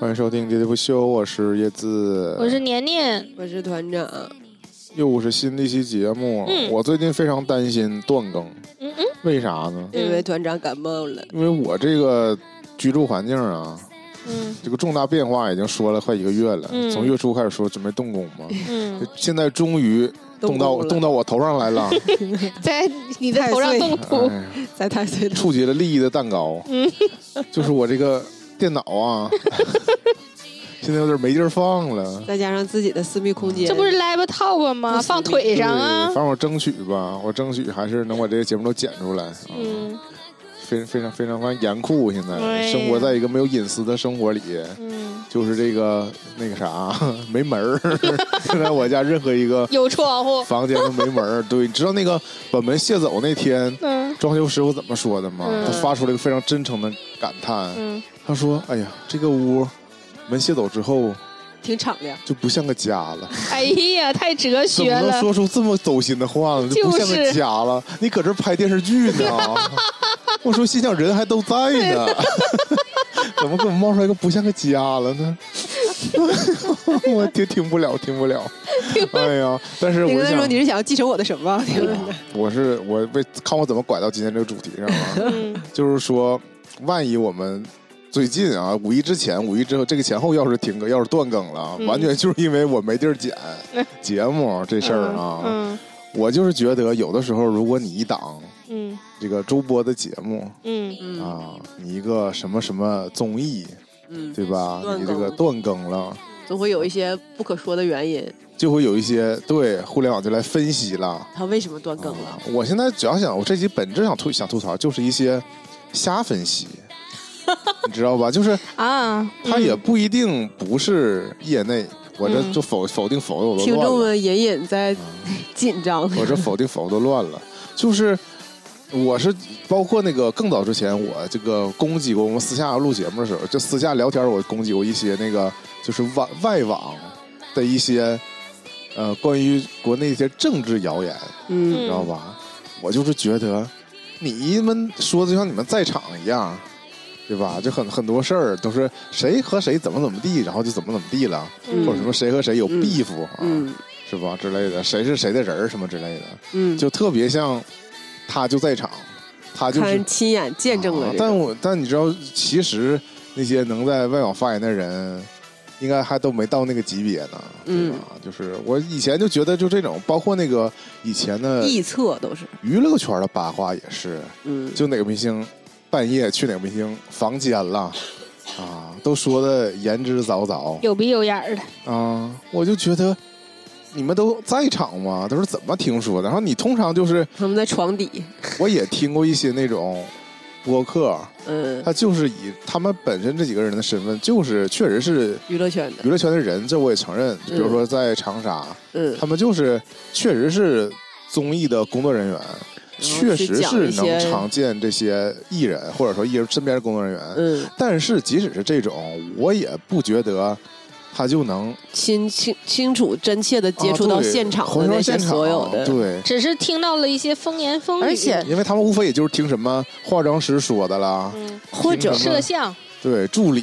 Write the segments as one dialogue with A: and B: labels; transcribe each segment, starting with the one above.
A: 欢迎收听《喋喋不休》，我是叶子，
B: 我是年年，
C: 我是团长。
A: 又是新的一期节目，
B: 嗯
A: 我最近非常担心断更，
B: 嗯嗯，
A: 为啥呢？
C: 因为团长感冒了，
A: 因为我这个居住环境啊，
B: 嗯
A: 这个重大变化已经说了快一个月了，
B: 嗯
A: 从月初开始说准备动工嘛，
B: 嗯，
A: 现在终于动到
C: 工了
A: 动到我头上来了，
B: 嗯 在你的 头上动土，
A: 哎
C: 在太岁 了。
A: 触及了利益的蛋糕，
B: 嗯
A: 就是我这个电脑 啊，现在有点没地儿放了。
C: 再加上自己的私密空间，
B: 这不是 laptop 吗？放腿上啊
A: 对，反正我争取吧，我争取还是能把这个节目都剪出来。啊
B: 嗯
A: 非非常非常非常严酷，现在
B: 对
A: 生活在一个没有隐私的生活里，
B: 嗯，
A: 就是这个那个啥没门儿。 现在我家任何一个
B: 有窗户，
A: 房间都没门儿。对，你知道那个把门卸走那天，
B: 嗯
A: 装修师傅怎么说的吗？
B: 嗯
A: 他发出了一个非常真诚的感叹，
B: 嗯，
A: 他说：“哎呀，这个屋门卸走之后
C: 挺敞亮，
A: 就不像个家了。”
B: 哎呀，太哲
A: 怎
B: 学
A: 么能
B: 了，
A: 说出这么走心的话呢？这不像个家了，你搁这拍电视剧呢？我说心想人还都在呢， 怎么给我冒出来个不像个家了呢？ 我听听不了，听不了。哎呀，但是
C: 你
A: 我
C: 跟他说
A: 想
C: 你，是想要继承我的什么？
A: 我是我为看我怎么拐到今天这个主题上了，
B: 嗯
A: 就是说，万一我们。最近啊，五一之前、五一之后，这个前后要是停更，要是断更了啊，
B: 嗯
A: 完全就是因为我没地儿剪节目这事儿啊。
B: 嗯
A: 我就是觉得有的时候，如果你一档
B: 嗯
A: 这个周播的节目
B: 嗯
C: 嗯
A: 啊，你一个什么什么综艺，
C: 嗯，
A: 对吧？
C: 断更
A: 你这个断更了，
C: 总会有一些不可说的原因，
A: 就会有一些对互联网就来分析了。
C: 他为什么断更
A: 啊
C: 了？
A: 我现在主要想，我这集本质上吐想吐槽就是一些瞎分析，你知道吧？就是
B: 啊，
A: 它也不一定不是业内，我这
B: 嗯
A: 就否否定否的我
C: 听
A: 都
C: 众
A: 乱了，
C: 们隐隐在
A: 啊
C: 紧张，
A: 我这否定否的都乱了，就是。我是包括那个更早之前，我这个攻击过我们私下录节目的时候，就私下聊天，我攻击过一些那个就是外外网的一些呃关于国内一些政治谣言，
C: 嗯，
A: 你知道吧？我就是觉得你们说的就像你们在场一样，对吧？就很很多事儿都是谁和谁怎么怎么地，然后就怎么怎么地了，
B: 嗯
A: 或者什么谁和谁有
C: 嗯
A: beef 啊，
C: 嗯
A: 是吧之类的，谁是谁的人儿什么之类的。
C: 嗯，
A: 就特别像他就在场，他就
C: 看
A: 是
C: 人亲眼见证了
A: 啊
C: 这个，
A: 但我但你知道，其实那些能在外网发言的人，应该还都没到那个级别呢，对
C: 嗯
A: 吧？就是我以前就觉得，就这种，包括那个以前的
C: 臆测都是，
A: 娱乐圈的八卦也是，
C: 嗯，
A: 就哪个明星半夜去哪个明星房间了，啊，都说的言之凿凿
B: 有鼻有眼儿的，
A: 啊，我就觉得。你们都在场吗？都是怎么听说的？然后你通常就是
C: 他们在床底，
A: 我也听过一些那种播客，
C: 嗯，
A: 他就是以他们本身这几个人的身份，就是确实是
C: 娱乐圈的，
A: 娱乐圈的人，这我也承认。就比如说在长沙，
C: 嗯，
A: 他们就是确实是综艺的工作人员，确实是能常见这些艺人或者说艺人身边的工作人员。
C: 嗯，
A: 但是即使是这种，我也不觉得他就能
C: 清清清楚、真切的接触
A: 啊
C: 到
A: 对
C: 现场
A: 回
C: 的
A: 到
C: 那
A: 现
C: 些
A: 场
C: 所有的，
A: 对。
B: 只是听到了一些风言风语，
C: 而且
A: 因为他们无非也就是听什么化妆师说的啦，
B: 嗯，
C: 或者
A: 听什么
B: 摄像。
A: 对助理，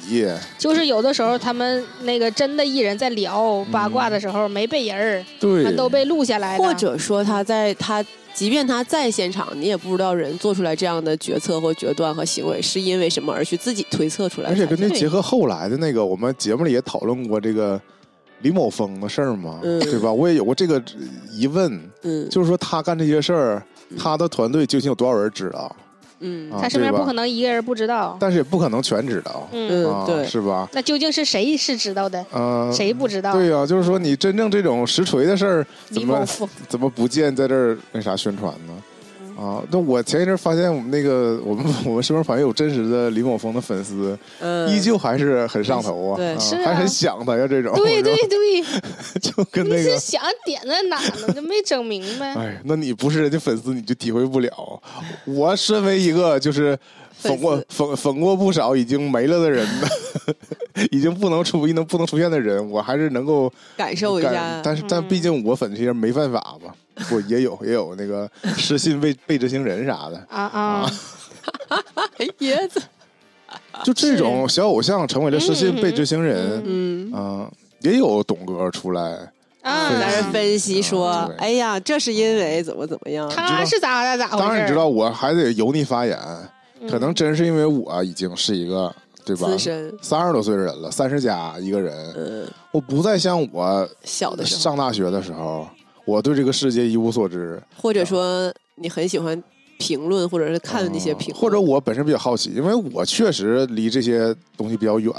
B: 就是有的时候，他们那个真的艺人在聊八卦的时候没被人儿，
A: 嗯对，
B: 完都被录下来了。
C: 或者说他在他，即便他在现场，你也不知道人做出来这样的决策或决断和行为是因为什么而去自己推测出来
A: 而
C: 才是。
A: 且根据
B: 对
A: 结合后来的那个，我们节目里也讨论过这个李某峰的事儿嘛，
C: 嗯
A: 对吧？我也有过这个疑问，
C: 嗯
A: 就是说他干这些事儿，
C: 嗯
A: 他的团队究竟有多少人知道？
C: 嗯
A: 啊
B: 他身边
A: 对吧
B: 不可能一个人不知道。
A: 但是也不可能全知道，
B: 嗯，
C: 嗯，
A: 啊，
C: 对，
A: 是吧？
B: 那究竟是谁是知道的，
A: 嗯、
B: 谁不知道？
A: 对呀、就是说你真正这种实锤的事儿，怎
B: 李
A: 么哦
B: 某夫，
A: 怎么不见在这儿那啥宣传呢？啊，那我前一阵发现我们那个我们我们身边朋友有真实的李某峰的粉丝，
C: 嗯，
A: 依旧还是很上头啊，
C: 对
A: 啊
B: 是啊
A: 还很想他呀，这种
B: 对对
A: 是吧
B: 对，
A: 就跟
B: 你
A: 那
B: 是
A: 个，
B: 想点在哪呢？就没整 明白。
A: 哎哎，那你不是人家粉丝，你就体会不了。我身为一个就是粉过粉粉过不少已经没了的人 呢，已经不能出能不能出现的人，我还是能够
C: 感受一
A: 感
C: 下，嗯
A: 但是但毕竟我粉这些人没犯法嘛，我也有也有那个失信被被执行人啥的，
B: 啊啊！
C: 哎 椰子，
A: 就这种小偶像成为了失信被执行人，
C: 嗯，哦
A: 嗯，也有董哥出来，
B: 啊，
A: 对
C: 在这分析说
A: 啊对，
C: 哎呀，这是因为怎么怎么样，
B: 他是咋咋咋回事？
A: 当然你知，道我还得油腻发言，
B: 嗯
A: 可能真是因为我已经是一个对吧
C: 资，深，
A: 三十多岁的人了，三十加一个人，
C: 嗯，
A: 我不再像我
C: 小的时候，
A: 上大学的时候，我对这个世界一无所知，
C: 或者说你很喜欢评论，或者是看那些评论，
A: 啊或者我本身比较好奇，因为我确实离这些东西比较远，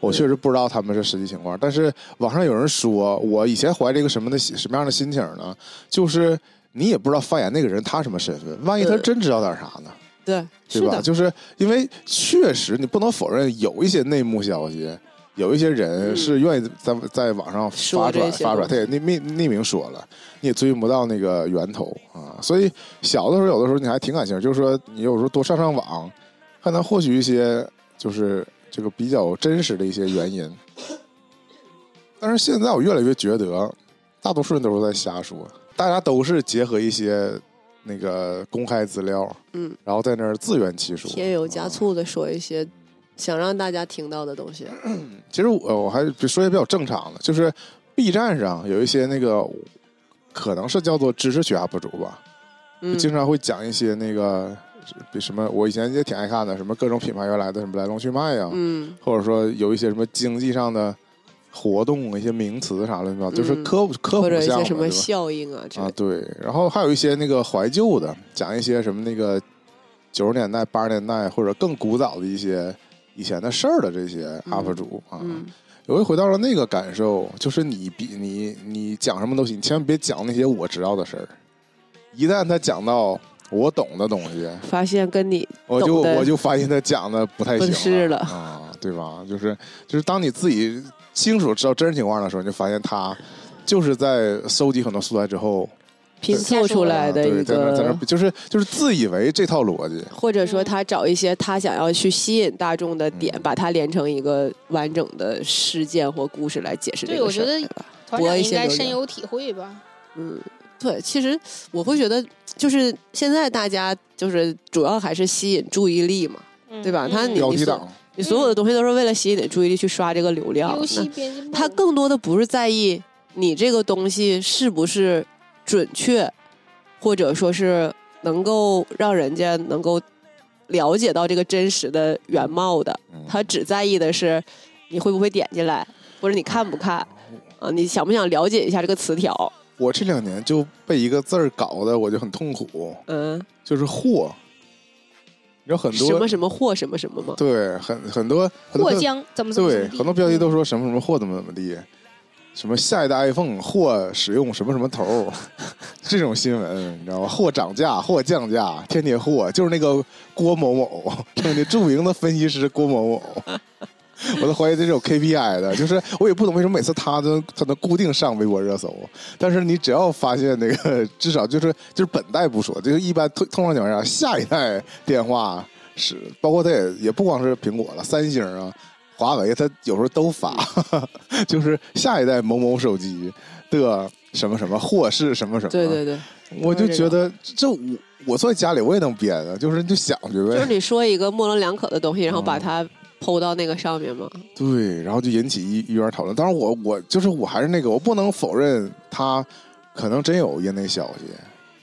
A: 我确实不知道他们是实际情况。但是网上有人说，我以前怀着一个什么的心什么样的心情呢？就是你也不知道发言那个人他什么身份，万一他
C: 嗯
A: 真知道点啥呢？
C: 对，
A: 对
C: 是
A: 吧？
C: 的，
A: 就是因为确实你不能否认有一些内幕消息，有一些人
C: 嗯
A: 是愿意在在网上发
C: 说这
A: 出来
C: 些
A: 发出来，
C: 东
A: 他也匿匿匿名说了，你也追不到那个源头啊。所以小的时候，有的时候你还挺感兴趣，就是说你有时候多上上网，还能获取一些就是这个比较真实的一些原因。但是现在我越来越觉得，大多数人都是在瞎说，大家都是结合一些那个公开资料，
C: 嗯，
A: 然后在那儿自圆其说，
C: 添油加醋的说一些想让大家听到的东西，
A: 嗯。其实我我还说也比较正常的，就是 B 站上有一些那个可能是叫做知识区 UP 主吧，
C: 嗯，
A: 经常会讲一些那个比什么，我以前也挺爱看的，什么各种品牌原来的什么来龙去脉啊呀、
C: 嗯，
A: 或者说有一些什么经济上的活动、一些名词啥乱七八糟，就是
C: 嗯
A: 科普科
C: 或
A: 普
C: 者一
A: 项
C: 些
A: 目
C: 什
A: 对
C: 么
A: 吧
C: 效应啊之类
A: 啊，
C: 的，
A: 对，然后还有一些那个怀旧的，讲一些什么那个九十年代、八十年代或者更古早的一些以前的事儿的这些
C: 嗯
A: UP 主、啊。
C: 嗯，
A: 有一回到了那个感受，就是你比你你讲什么都行，你千万别讲那些我知道的事儿。一旦他讲到我懂的东西，
C: 发现跟你
A: 我就
C: 懂得
A: 我就发现他讲的不太行
C: 不是了
A: 啊，对吧？就是就是当你自己清楚知道真实情况的时候，你就发现他就是在收集很多素材之后啊
C: 拼凑出来的
A: 对，
C: 一
A: 在那在那
C: 个，
A: 就是就是自以为这套逻辑，
C: 或者说他找一些他想要去吸引大众的点，
A: 嗯
C: 把它连成一个完整的事件或故事来解释这
B: 对
C: 个
B: 我
C: 事儿，
B: 觉得
C: 对吧
B: 团
C: 博
B: 长
C: 一
B: 应
C: 些
B: 该
C: 流
B: 深
C: 量
B: 有体会吧？
C: 嗯，对，其实我会觉得，就是现在大家就是主要还是吸引注意力嘛，
B: 嗯
C: 对吧他
B: 嗯
C: 你
A: 标题党
C: 你所有的东西都是为了吸引你的注意力去刷这个流量
B: 优，西
C: 那
B: 编辑部
C: 他更多的不是在意你这个东西是不是准确，或者说是能够让人家能够了解到这个真实的原貌的，
A: 嗯
C: 他只在意的是你会不会点进来，或者你看不看啊，你想不想了解一下这个词条，
A: 我这两年就被一个字儿搞得我就很痛苦，
C: 嗯，
A: 就是货。有很
C: 什么
A: 多
C: 什么货什么什么吗？
A: 对，很很多很多
B: 过江怎么怎么
A: 对
B: 怎么地嗯
A: 很多标题都说什么什么货怎么怎么地，什么下一代 iPhone 货使用什么什么头儿， 这种新闻你知道吗？货涨价，货降价，天天货，就是那个郭某某，就是那著名的分析师郭某某。 我都怀疑这是有 KPI 的，就是我也不懂为什么每次他都他能固定上微博热搜，但是你只要发现那个， 至少就是就是本代不说，就是一般通通常情况下，下一代电话是包括它也也不光是苹果了，三星啊、华为，它有时候都发， 就是下一代某某手机的什么什么或是什么什么，
C: 对对对，
A: 我就觉得这我我坐在家里我也能编啊，就是就想去
C: 就是
A: 呗，
C: 你说一个模棱两可的东西，然后把
A: 嗯
C: 它剖到那个上面嘛。
A: 对，然后就引起一一边讨论。当然我，我就是我还是那个，我不能否认他可能真有业内消息，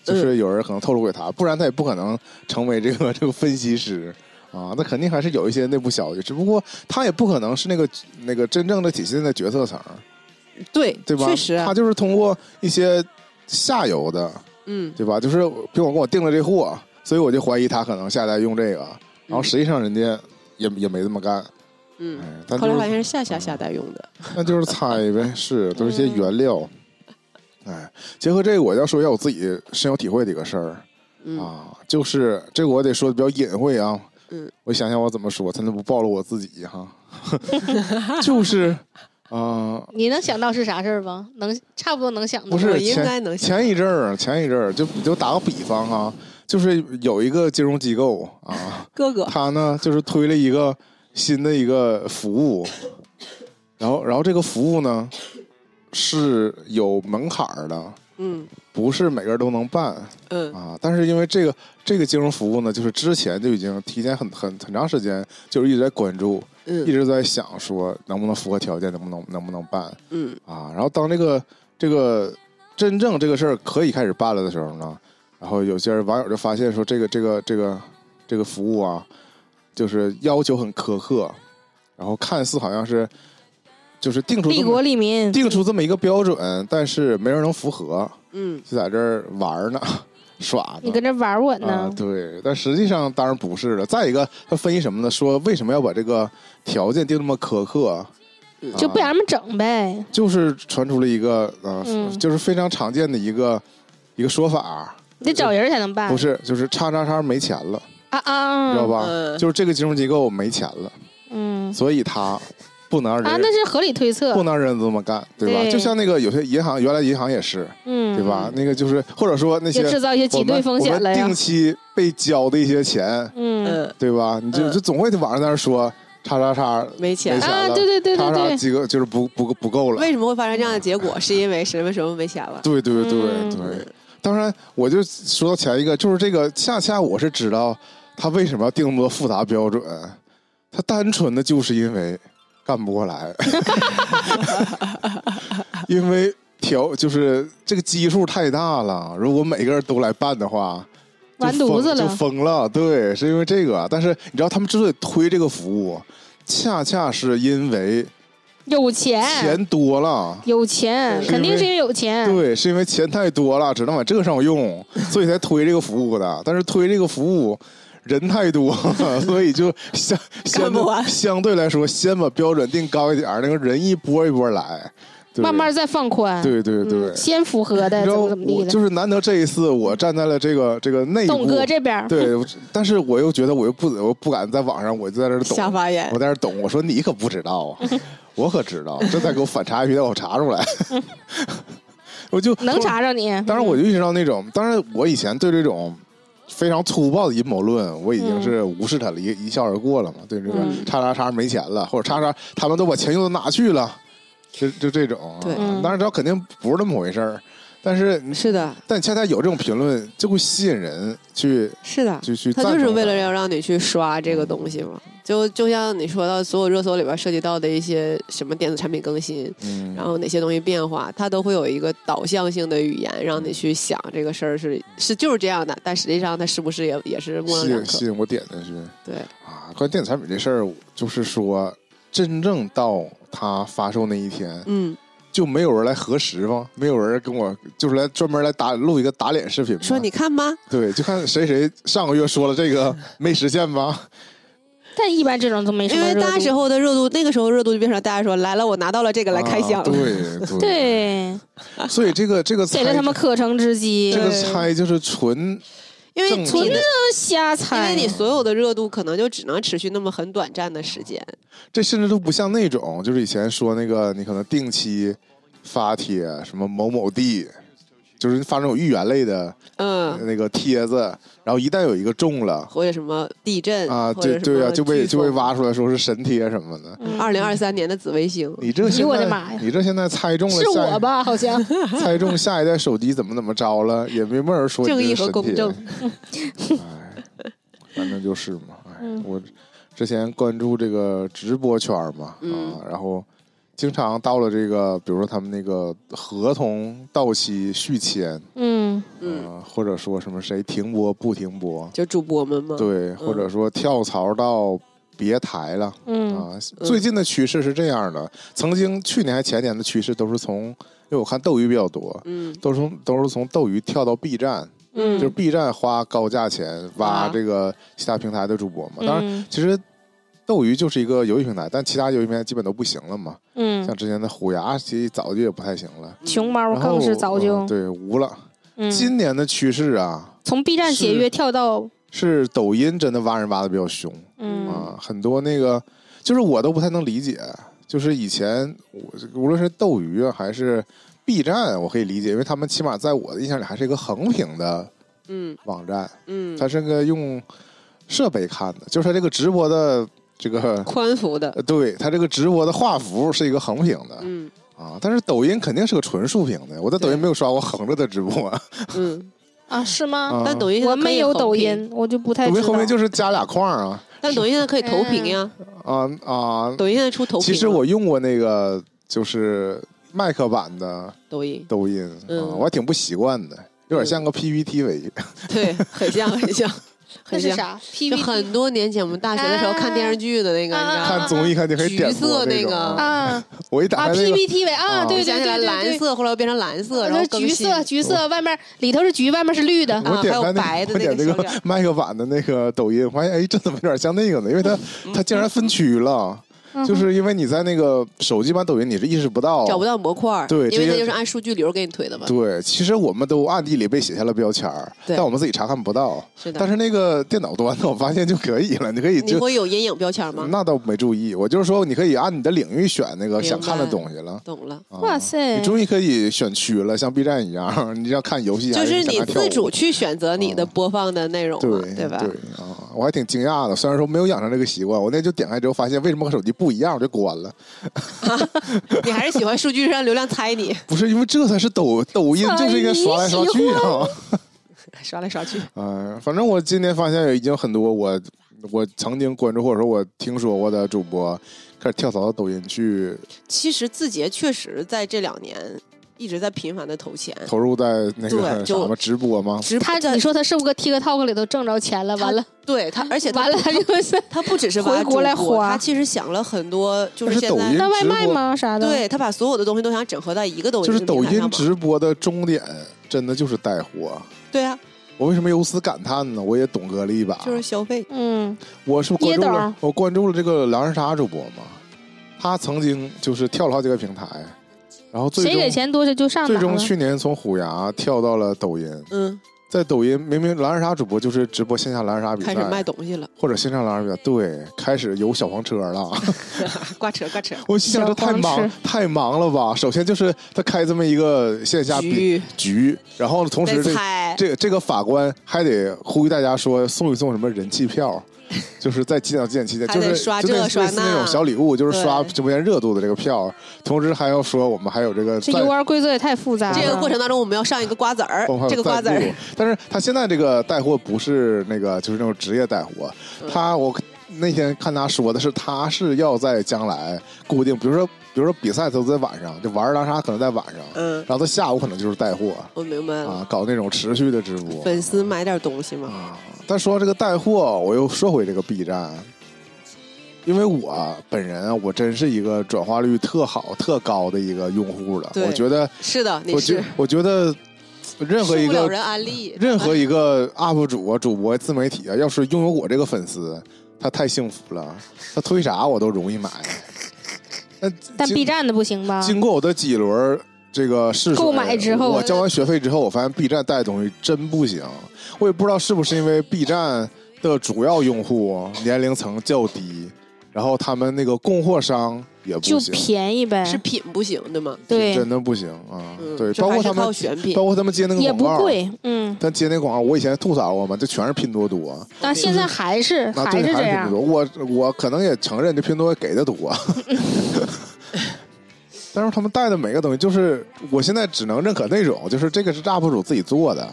C: 呃
A: 就是有人可能透露给他，不然他也不可能成为这个 这个分析师啊。那肯定还是有一些内部消息，只不过他也不可能是那个那个真正的体现在决策层，
C: 对，
A: 对吧？
C: 确实啊
A: 他，就是通过一些下游的，
C: 嗯，
A: 对吧？就是苹果给我订了这货，所以我就怀疑他可能下一代用这个，然后实际上人家也也没这么干，哎
C: 嗯，，
A: 但
C: 后
A: 就
C: 来
A: 是啊
C: 发现是下下下代用的，
A: 那就是猜呗，是都是一些原料。
C: 嗯
A: 哎，结合这个，我要说一下我自己深有体会的一个事儿、
C: 嗯
A: 啊，就是这个我得说的比较隐晦啊。
C: 嗯，
A: 我想想我怎么说才能不暴露我自己哈。 就是啊、
B: 你能想到是啥事儿吗？能差不多能想到。
A: 不是
C: 我应该能想
A: 前一 阵儿，前一阵儿就就打个比方哈、就是有一个金融机构啊，
C: 哥哥，
A: 他呢就是推了一个新的一个服务，然后然后这个服务呢是有门槛儿的，
C: 嗯
A: 不是每个人都能办
C: 嗯
A: 啊。但是因为这个这个金融服务呢，就是之前就已经提前很很很长时间就是一直在关注，一
C: 嗯
A: 直在想说能不能符合条件，能不能能不能办
C: 嗯
A: 啊。然后当这个这个真正这个事儿可以开始办了的时候呢，然后有些网友就发现说这个这个这个这个服务啊，就是要求很苛刻，然后看似好像是就是定出这
B: 利
A: 么
B: 国利民，
A: 定出这么一个标准，但是没人能符合，
C: 嗯
A: 就在这儿玩儿呢， 耍
B: 你
A: 呢。
B: 跟这玩我呢
A: 啊，？对，但实际上当然不是了。再一个，他分析什么呢？说为什么要把这个条件定那么苛刻？
C: 嗯
A: 啊
B: 就被俺们整呗。
A: 就是传出了一个呃，
B: 嗯
A: 就是非常常见的一个一个说法，啊
B: 你得找人才能办。
A: 不是，就是叉叉叉没钱了，
B: 啊啊，
A: 知道吧？
C: 嗯
A: 就是这个金融机构没钱了，
B: 嗯
A: 所以他不能让人、
B: 啊，那是合理推测
A: 不，能让人这么干，对吧？
B: 对
A: 就像那个有些银行，原来银行也是，
B: 嗯，
A: 对吧？？那个就是或者说那些
B: 就制造一些
A: 我
B: 挤
A: 们
B: 兑风险
A: 我
B: 了
A: 们
B: 呀
A: 定。期被交的一些钱，
B: 嗯
C: 嗯，
A: 对吧？你就、
C: 嗯
A: 就总会网上在那儿说叉叉叉
C: 没钱
A: 没。钱
B: 啊，
A: 了
B: 对对对
A: 叉
B: 对
A: 叉
B: 对，
A: 几个就是不不不够了，
C: 为什么会发生这样的结果？是因为谁为什么没钱了？
A: 对对对
B: 嗯
A: 对。当然，我就说到前一个，就是这个，恰恰我是知道他为什么要定那么多复杂标准，他单纯的就是因为干不过 来，因为条就是这个基数太大了，如果每个人都来办的话。就
B: 完犊
A: 疯
B: 子
A: 就
B: 了。
A: 疯了，对，是因为这个。啊但是你知道，他们之所以推这个服务，恰恰是因为
B: 有钱，
A: 钱多了，
B: 有钱，
A: 是
B: 肯定
A: 因为
B: 是因为有钱。
A: 对，是因为钱太多了，只能往这个上用，所以才推这个服务的。但是推这个服务人太多， 所以就相相
C: 干不完
A: 对相对来说，先把标准定高一点儿，那个人一波一波来，对
B: 慢慢再放宽。
A: 对对对。
B: 嗯先符合的
A: 你知
B: 怎
A: 道
B: 么怎么地
A: 我
B: 的。
A: 就是难得这一次，我站在了这个这个内
B: 董
A: 部，
B: 哥这边 儿，
A: 对，我但是我又觉得我又不我不敢在网上，我就在这儿
C: 瞎
A: 懂，
C: 发言
A: 我，在这儿懂，我说你可不知 道啊，我可知道，这再给我反查一批，让我查出来，我就
B: 能查着你。
A: 当然，我就意识到那种，当然我以前对这种非常粗暴的阴谋论，我已经是无视它了，一一笑而过了嘛。对这个
B: 嗯
A: 叉叉叉没钱了，或者叉叉他们都把钱用到哪去了，就就这种啊。
C: 对
B: 嗯
A: 当然知道肯定不是那么回事儿，但是你
C: 是的，
A: 但恰恰有这种评论，就会吸引人去
C: 是的，
A: 去去
C: 他
A: 赞同它。
C: 就是为了要让你去刷这个东西嘛。就就像你说到所有热搜里边涉及到的一些什么电子产品更新，
A: 嗯，
C: 然后哪些东西变化，它都会有一个导向性的语言，让你去想这个事儿是是就是这样的，但实际上它是不是也也是模棱
A: 吸
C: 两
A: 引吸
C: 可？
A: 引我点进去
C: 对，
A: 啊。关于电子产品这事儿，就是说真正到它发售那一天，
C: 嗯，
A: 就没有人来核实吗？没有人跟我就是来专门来打录一个打脸视频吗？
C: 说你看吧，
A: 对，就看谁谁上个月说了这个没实现 吧？
B: 但一般这种都没什
C: 因
B: 么
C: 为
B: 热
C: 那时
B: 度。
C: 候的热度，那个时候热度就变成大家说来了，我拿到了这个来开箱
A: 啊
C: 了。
A: 对对，
B: 对，
A: 所以这个这个猜
B: 给了他们可乘之机
A: 这，个
C: 对
A: 猜就是纯
C: 因为
A: 正啊
C: 你
A: 确
C: 的
A: 的，
B: 这瞎
C: 因为
B: 猜。
C: 你所有的热度可能就只能持续那么很短暂的时间。
A: 这甚至都不像那种就是以前说那个你可能定期发帖什么某某地。就是发那种预言类的
B: 啊
C: 嗯，
A: 那个帖子，然后一旦有一个中了
C: 或者什么地震
B: 嗯
A: 啊，就对啊，就被就被。挖出来说是神帖什么的。
B: 嗯哎
C: 二零二三年的紫微星，
A: 你这现
B: 我的
A: 在
B: 妈呀
A: 你这现在猜中了
B: 是
A: 下一
B: 我吧？好像
A: 猜中下一代手机怎么怎么着了，也没没有人说你
C: 正
A: 这
C: 义
A: 是
C: 和
A: 神
C: 公
A: 帖
C: 正。
A: 哎，反正就是嘛。哎
B: 嗯，
A: 我之前关注这个直播圈嘛，
C: 嗯
A: 啊，然后经常到了这个，比如说他们那个合同到期续签，
B: 嗯，
C: 嗯，
A: 呃或者说什么谁停播不停播，
C: 就主播们嘛。
A: 对，或者说跳槽到别台了。
B: 嗯
A: 啊，最近的趋势是这样的，曾经去年还前年的趋势都是从，因为我看斗鱼比较多，
C: 嗯
A: 都是从都是从斗鱼跳到 B 站，
B: 嗯，
A: 就是 B 站花高价钱挖
C: 啊
A: 这个其他平台的主播嘛。当然，
B: 嗯
A: 其实斗鱼就是一个游戏平台，但其他游戏平台基本都不行了嘛。像
B: 嗯，
A: 之前的虎牙，其实早就也不太行了。
B: 熊猫
A: 然后
B: 更是早就
A: 嗯对无了。
B: 嗯，
A: 今年的趋势啊，
B: 从 B 站解约
A: 是
B: 跳到
A: 是抖音真的挖人挖的比较凶
B: 嗯
A: 啊，很多那个就是我都不太能理解，就是以前我无论是斗鱼啊还是 B 站，我可以理解，因为他们起码在我的印象里还是一个横屏的
C: 嗯
A: 网站。
C: 嗯
A: 它是个用设备看的，就是它这个直播的这个，
C: 宽幅的，
A: 呃 对它这个直播的画幅是一个横屏的
C: 嗯
A: 啊，但是抖音肯定是个纯竖屏的，我在抖音
C: 对
A: 没有刷过横着的直播，
C: 嗯。
B: 啊？是吗？
A: 啊
C: 但抖音现在
B: 我
C: 可以
B: 没有
C: 横
B: 抖
C: 屏，
B: 音，我就不太
A: 抖
B: 知
A: 音
B: 道。
A: 后面就是加俩框啊
C: 但抖音现在可以投
B: 嗯
C: 屏呀，
A: 啊啊！
C: 抖音现在出投屏了。
A: 其实我用过那个就是麦克版的
C: 抖音
A: 抖音啊，
C: 嗯啊
A: 我还挺不习惯的，有点像个 PPT 为
C: 对很像很像
B: 那
C: 很
B: 是
C: 像，
B: 啥
C: 就
B: ？PPT
C: 很多年前我们大学的时候看电视剧的那个，
B: 啊
C: 你知道 吗？
A: 看综艺看就可以点播
C: 橘色那
A: 种
C: 个
A: 啊。
B: 啊
A: 我一打
B: 啊
A: 开那个，
B: ，PPT 为啊，
A: 啊
B: 对
C: 想
B: 对
C: 起来
B: 对
C: 蓝
B: 对对。
C: 色，后来又变成蓝色，然后
B: 那
C: 更
B: 橘
C: 新
B: 色，橘色，外面里头是橘，外面是绿的。
C: 啊
A: 我点
C: 还有
A: 开那
C: 白的
A: 我
C: 那个
A: 点那
C: 小
A: 个
C: 脸儿
A: 麦克版的那个抖音，发现哎，这怎么有点像那个呢？因为它
C: 嗯
A: 它竟然分区了，
B: 嗯
A: 就是因为你在那个手机版抖音你是意识不到，
C: 找不到模块儿，
A: 对
C: 因
A: 这
C: 为它
A: 些
C: 就是按数据流给你推的嘛。
A: 对，其实我们都暗地里被写下了标签儿，
C: 对
A: 但我们自己查看不到。
C: 是的，
A: 但是那个电脑端的，我发现就可以了，你可以
C: 你
A: 就
C: 会有阴影标签吗？
A: 那倒没注意，我就是说你可以按你的领域选那个
C: 明
A: 想看的
C: 白
A: 东西了。
C: 懂了，
A: 啊
B: 哇塞
A: 你终于可以选区了，像 B 站一样，你要看游戏
C: 就
A: 还
C: 是
A: 想
C: 你
A: 看跳
C: 自
A: 舞
C: 主去选择你的播放的内容嘛，
A: 对
C: 对吧？
A: 啊，我还挺惊讶的，虽然说没有养成这个习惯，我那就点开之后发现为什么和手机不一样，我就关了。
C: 你还是喜欢数据让流量猜你，
A: 不是因为这才是抖抖音，就是应该刷来刷去啊。
C: 刷来刷去。
A: 嗯、反正我今天发现已经很多我我曾经关注或者说我听说过的主播开始跳槽到抖音去
C: 其实字节确实在这两年一直在频繁的投钱，
A: 投入在那
C: 呃对
A: 个什
C: 就
A: 么直播吗？
C: 直
B: 他，
C: 在
B: 你说他是不是个 TikTok 里头挣着钱了？完了，
C: 对他，而且他
B: 完了，他就是
C: 他不只是挖
B: 回国来
C: 主播
B: 花
C: 他其实想了很多，就
A: 但
C: 是
A: 是
C: 现
A: 抖
C: 在
A: 音
B: 当外
A: 直播
B: 卖吗？啥的？
C: 对他把所有的东西都想整合到一个东西
A: 就是
C: 平
A: 抖
C: 台上
A: 音
C: 嘛
A: 直播的终点，真的就是带货。
C: 对啊，
A: 我为什么由此感叹呢？我也懂得了一把，
C: 就是消费。
B: 嗯，
A: 我是关注
B: 椰
A: 了
B: 豆，
A: 我关注了这个狼人杀主播嘛，他曾经就是跳了好几个平台，然后最
B: 谁给
A: 终
B: 钱多谁就上
A: 最
B: 哪
A: 终
B: 了。
A: 去年从虎牙跳到了抖音，
C: 嗯，
A: 在抖音明明狼人杀主播就是直播线下狼人杀比
C: 开始卖
A: 赛，
C: 东西了，
A: 或者线上狼人杀比赛，对，开始有小黄车了。
C: 挂车挂车。
A: 我心想这太
B: 小黄
A: 忙
B: 车
A: 太忙了吧？首先就是他开这么一个线下比
C: 局
A: 局，然后同
C: 在
A: 时这
C: 猜，
A: 这个这个法官还得呼吁大家说送一送什么人气 票，就是在几点到几点期间，
C: 还
A: 就
C: 得
A: 是
C: 刷
A: 就
C: 这
A: 类似
C: 刷
A: 类似那
C: 那
A: 种小礼物，就是刷
C: 对
A: 直播间热度的这个票，同时还要说我们还有这个
B: 这
A: 赞
B: 游玩规则也太复杂了。
C: 这个过程当中我们要上一个瓜子儿
A: 包括，还
C: 这
A: 有
C: 个瓜子
A: 赞助
C: 儿，，
A: 但是他现在这个带货不是那个，就是那种职业带货
C: 嗯。
A: 他我那天看他说的是，他是要在将来固定，比如说比如说比赛都在晚上，就玩狼人杀可能在晚上，
C: 嗯，
A: 然后他下午可能就是带货
C: 我明白了。
A: 啊，搞那种持续的直播。
C: 粉丝买点东西嘛，
A: 啊， 但说到这个带货，我又说回这个 B 站，因为我本人啊，我真是一个转化率特好、特高的一个用户了。
C: 对
A: 我觉得，
C: 是的，你
A: 我
C: 是
A: 觉，我觉得任何
C: 受
A: 一
C: 不了
A: 个
C: 人安利，
A: 任何一个 UP 主啊、主播、自媒体啊，要是拥有我这个粉丝，他太幸福了，他推啥我都容易买。 那
B: 但
A: 经
B: B 站的不行吧？
A: 经过我的几轮这个试水
B: 啊购买之后
A: 我交完学费之后，我发现 B 站带的东西真不行。我也不知道是不是因为 B 站的主要用户年龄层较低，然后他们那个供货商也
B: 就
A: 不行，
B: 便宜呗，
C: 是品不行对吗？
B: 对，
A: 真的不行啊。
C: 嗯，
A: 对，
C: 这
A: 包
C: 还
A: 括
C: 是
A: 他
C: 靠
A: 们，
C: 选品，
A: 包括他们接那个
B: 也
A: 广
B: 不
A: 告。
B: 贵，嗯，
A: 但接那广告，我以前吐槽过嘛，这全是拼多多，
B: 但现在还是
A: 那
B: 还
A: 对
B: 是这
A: 还是拼
B: 样，
A: 多多。我我可能也承认，这拼多多 给的多，但是他们带的每个东西，就是我现在只能认可那种，就是这个是 UP 主自己做的，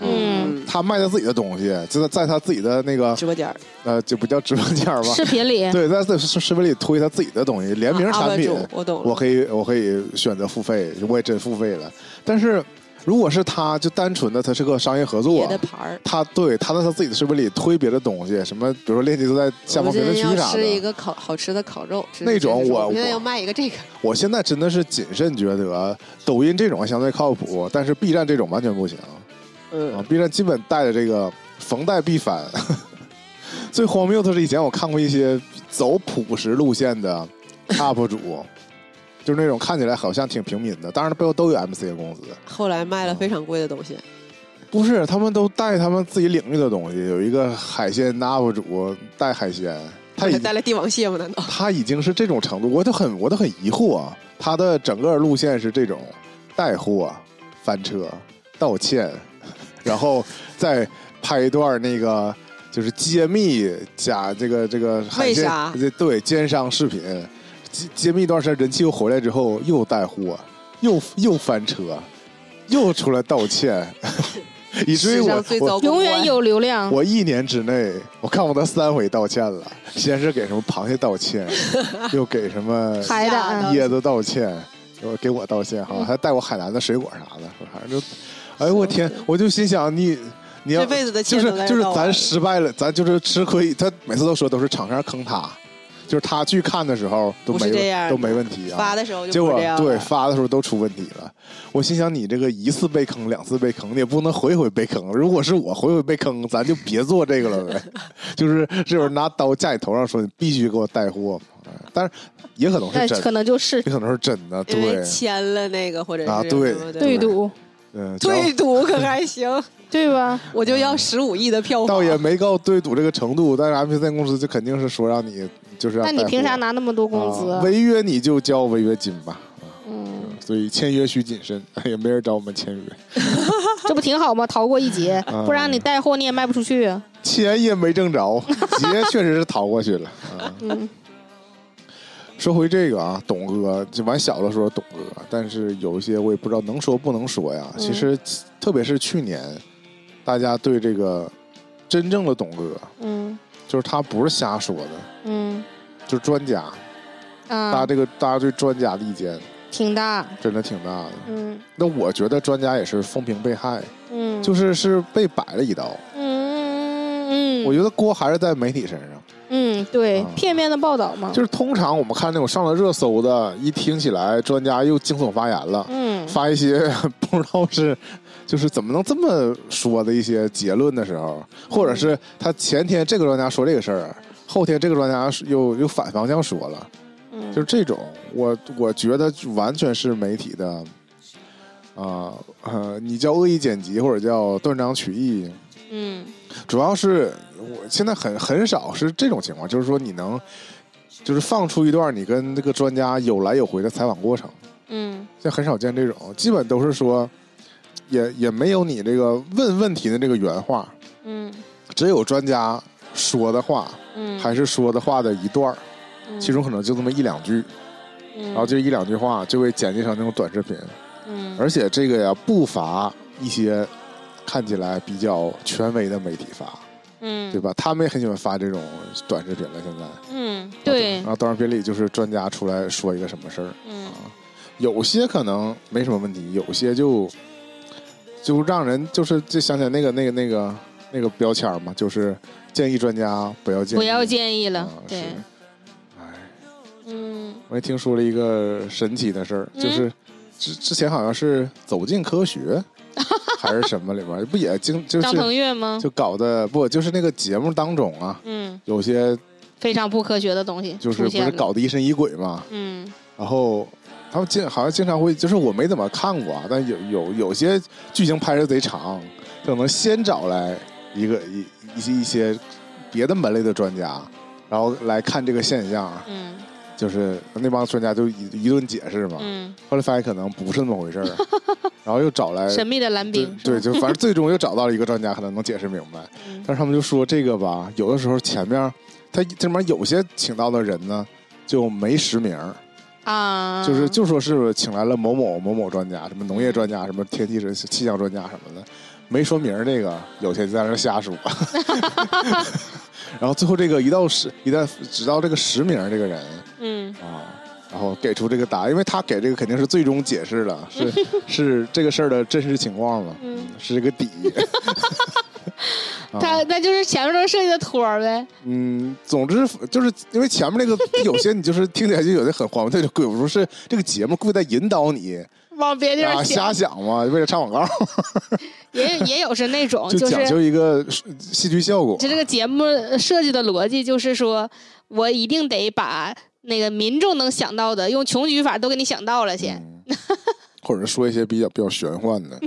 B: 嗯，
A: 他卖他自己的东西，就是在他自己的那个
C: 直播间儿
A: 呃，就不叫直播间吧，
B: 视频里
A: 对，在自己视频里推他自己的东西，联名
C: 啊
A: 产品，
C: UP 主我懂了，
A: 我可以我可以选择付费，我也真付费了。但是如果是他，就单纯的他是个商业合
C: 别
A: 作
C: 的。牌儿。
A: 他对他在他自己的视频里推别的东西，什么比如说链接都在下方
C: 我们
A: 评论
C: 今天
A: 区
C: 要
A: 啥的。
C: 吃一个烤好吃的烤肉，吃
A: 那种
C: 吃
A: 我
C: 我们现在要卖一个这个，
A: 我现在真的是谨慎觉得，抖音这种还相对靠谱，但是 B 站这种完全不行啊
C: 嗯，
A: ！B 站基本带着这个逢带必翻。 最荒谬的是，以前我看过一些走朴实路线的 UP 主， 就是那种看起来好像挺平民的，当然背后都有 MC 公司。
C: 后来卖了非常贵的东西，
A: 不是，他们都带他们自己领域的东西。有一个海鲜的 UP 主带海鲜，他已
C: 带来帝王蟹吗？难 道？
A: 他已经是这种程度，我都很我都很疑惑啊。他的整个路线是这种带货、翻车、道歉，然后再拍一段那个就是揭秘假这个这个海
C: 为
A: 鲜
C: 啥，
A: 这对奸商视频，揭揭秘一段时间人气又回来之后又带货，又又翻车，又出来道 歉， 以至于
C: 史
A: 我
C: 上最
A: 我
C: 糟公
B: 永
C: 关
B: 远有流量。
A: 我一年之内，我看过他三回道歉了。先是给什么螃蟹道 歉，又给什么
B: 海
C: 吓
B: 胆
C: 的
A: 椰子道歉，又给我道歉
C: 嗯
A: 哈，还带我海南的水果啥的，反正就，哎呦我天，我就心想你。你要
C: 这辈子的
A: 就
C: 欠
A: 是
C: 都在这
A: 就是
C: 道完
A: 咱失败了，咱就是吃亏。他每次都说都是厂商坑他，就是他去看的时候都
C: 不是
A: 没
C: 这样的
A: 都没问题啊。
C: 发的时候
A: 结
C: 就不
A: 果
C: 这样
A: 对
C: 了
A: 发的时候都出问题了，我心想你这个一次被坑，两次被坑，你也不能回回被坑。啊如果是我回回被坑，咱就别做这个了呗。 就是这种拿刀架你头上说你必须给我带货，哎但是也可能
B: 那
A: 是真
B: 可
A: 的，
B: 能就是
A: 也可能是真的。
C: 因为
A: 对，
C: 签了那个或者是
A: 啊
C: 什么
A: 对
C: 的
B: 对赌，
A: 嗯，然后
C: 对赌可还行，
B: 对吧？
C: 我就要十五亿的票
A: 倒
C: 房。
A: 也没到对赌这个程度，但是 M P 三公司就肯定是说让你就是让
B: 那你
A: 带货
B: 凭啥拿那么多工
A: 啊
B: 资？
A: 违约你就交违约金吧。啊
B: 嗯，
A: 所以签约需谨慎， 也没人找我们签约，
B: 这不挺好吗？逃过一劫
A: 啊，
B: 不然你带货你也卖不出去。啊
A: 钱也没挣 着，劫确实是逃过去了。啊
B: 嗯，
A: 说回这个啊，董哥，就玩小的时候董哥，但是有一些我也不知道能说不能说呀。
B: 嗯
A: 其实，特别是去年，大家对这个真正的董哥，
B: 嗯
A: 就是他不是瞎说的，
B: 嗯
A: 就是专家，大家
B: 啊，
A: 这个大家对专家的意见
B: 挺大。
A: 真的挺大的。
B: 嗯
A: 那我觉得专家也是风评被害，
B: 嗯，
A: 就是是被摆了一道。
B: 嗯嗯
A: 我
B: 嗯
A: 觉得锅还是在媒体身上。
B: 嗯，对
A: 啊，
B: 片面的报道嘛。
A: 就是通常我们看那种上了热搜的，一听起来专家又惊悚发言了，
B: 嗯
A: 发一些不知道是就是怎么能这么说的一些结论的时候，或者是他前天这个专家说这个事儿，后天这个专家又又反方向说了，
B: 嗯，
A: 就是这种，我我觉得完全是媒体的。啊呃，你叫恶意剪辑或者叫断章取义，
B: 嗯
A: 主要是我现在很很少是这种情况，就是说你能，就是放出一段你跟这个专家有来有回的采访过程，
B: 嗯
A: 现在很少见这种，基本都是说，也也没有你这个问问题的这个原话，
B: 嗯
A: 只有专家说的话，
B: 嗯，
A: 还是说的话的一段儿，
B: 嗯
A: 其中可能就这么一两句，
B: 嗯
A: 然后这一两句话就被剪辑成那种短视频，
B: 嗯
A: 而且这个呀不乏一些看起来比较权威的媒体发。
B: 嗯
A: 对吧？他们也很喜欢发这种短视频了。现在，
B: 嗯对
A: 然后啊短视频里就是专家出来说一个什么事儿，
B: 嗯
A: 有些可能没什么问题，有些就就让人就是就想起来那个那个那个那个标签儿嘛，就是建议专家不要建议，
B: 不要建议
A: 议
B: 了
A: 啊、，是
B: 对，
A: 哎，
B: 嗯
A: 我也听说了一个神奇的事儿，
B: 嗯
A: 就是之之前好像是《走进科学》 还是什么里边儿，不也经就
B: 张
A: 是
B: 腾岳吗？
A: 就搞的不就是那个节目当中啊，
B: 嗯，
A: 有些
B: 非常不科学的东西
A: 就是
B: 出
A: 不
B: 现
A: 是
B: 了
A: 搞得疑神疑鬼嘛？
B: 嗯
A: 然后他们经好像经常会，就是我没怎么看过啊，但有有有些剧情拍的贼长，可能先找来一个一一些一些别的门类的专家，然后来看这个现象，
B: 嗯
A: 啊就是那帮专家就一一顿解释嘛，
B: 嗯，
A: 后来发现可能不是那么回事 儿，啊然后又找来。
B: 神秘的蓝
A: 对
B: 冰，
A: 对，哎就反正最终又找到了一个专家，可能能解释明白。
B: 嗯
A: 但是他们就说这个吧，有的时候前面他这里面有些请到的人呢就没实名儿，
B: 啊，
A: 就是就说是请来了某某某某专家，什么农业专家，什么天气人气象专家什么的，没说名儿这个，有些在那儿瞎说。 然后最后这个一到实一旦直到这个实名儿这个人
B: 嗯
A: 啊，然后给出这个答案，因为他给这个肯定是最终解释了，是 是这个事儿的真实情况嘛，
B: 嗯，
A: 是这个 底。啊
B: 他那就是前面都设计的托儿呗，
A: 嗯，总之就是因为前面那个有些你就是听起来就有的很荒谬，他就鬼不是这个节目故意在引导你，
B: 往别地
A: 啊，
B: 方想，
A: 瞎想嘛，为了插广告，
B: 也也有是那种，
A: 就讲
B: 哦是
A: 究一个戏剧效果。
B: 就这个节目设计的逻辑就是说，我一定得把那个民众能想到的，用穷举法都给你想到了先。
A: 嗯或者说一些比较比较玄幻 的，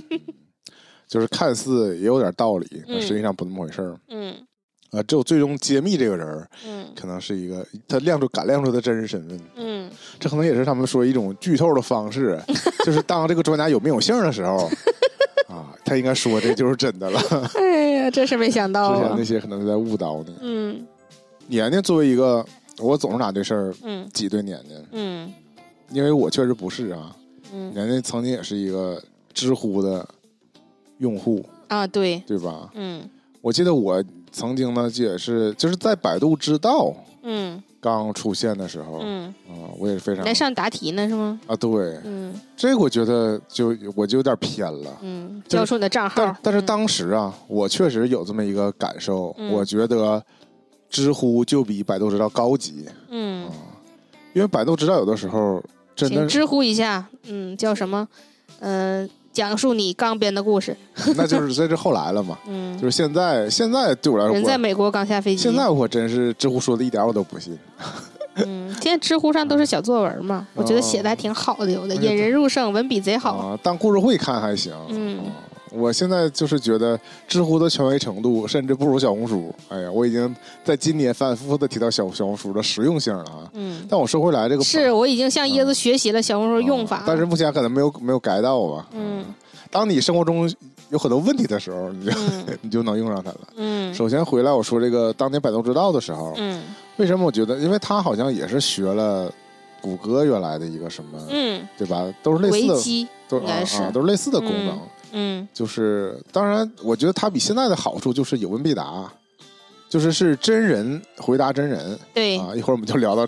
A: 就是看似也有点道理，但
B: 嗯
A: 实际上不那么回事儿。
B: 嗯
A: 啊，只有最终揭秘这个人儿，
B: 嗯
A: 可能是一个他亮出敢亮出他真实身份，
B: 嗯
A: 这可能也是他们说一种剧透的方 式， 就是当这个专家有没有姓儿的时候，啊，他应该说这就是真的了。
B: 哎呀，这真是没想到
A: 之前
B: 啊
A: 那。些可能在误导你。
B: 嗯
A: 年年作为一个，我总是拿这事儿
B: 嗯
A: 挤兑年年，
B: 嗯
A: 因为我确实不是啊。
B: 嗯
A: 年年曾经也是一个知乎的用户，
B: 啊，对，
A: 对吧？
B: 嗯
A: 我记得我曾经呢，这也是就是在百度知道
B: 嗯
A: 刚出现的时候，啊、
B: 嗯，
A: 我也是非
B: 你
A: 常
B: 还上答题呢是吗？
A: 啊，对，
B: 嗯
A: 这个我觉得就我就有点偏了。
B: 嗯，
A: 就
B: 交
A: 是
B: 出你的账号
A: 但。但是当时啊，我确实有这么一个感受，
B: 嗯
A: 我觉得知乎就比百度知道高级，
B: 嗯，
A: 哦因为百度知道有的时候真
B: 请
A: 的是
B: 知乎一下，嗯，叫什么？嗯，讲述你刚编的故事。
A: 那就是这是后来了 嘛，
B: 嗯
A: 就，是现在现在对我来说
B: 人在
A: 我，
B: 美国刚下飞机。
A: 现在我真是知乎说的一点我都不信，
B: 嗯，现在知乎上都是小作文嘛，
A: 嗯
B: 我觉得写的还挺好的，有的
A: 哎呀
B: 引人入胜，文笔贼好。
A: 啊，当故事会看还行，
B: 嗯
A: 啊我现在就是觉得知乎的权威程度甚至不如小红书，哎呀，我已经在今年反复的提到小小红书的实用性了啊。
B: 嗯，
A: 但我说回来，这个
B: 是我已经向椰子学习了小红书用法
A: 啊，但是目前可能没有没有改到吧。
B: 嗯
A: 当你生活中有很多问题的时候，你就、
B: 嗯
A: 你就能用上它了。
B: 嗯
A: 首先回来我说这个当年百度知道的时候，
B: 嗯
A: 为什么我觉得？因为它好像也是学了谷歌原来的一个什么，
B: 嗯，
A: 对吧？都是类
B: 维
A: 似的，
B: 基
A: 都
B: 应该是
A: 啊啊、都是类似的功能。
B: 嗯
A: 就是当然，我觉得它比现在的好处就是有问必答，啊就是是真人回答真人。
B: 对
A: 啊，一会儿我们就聊到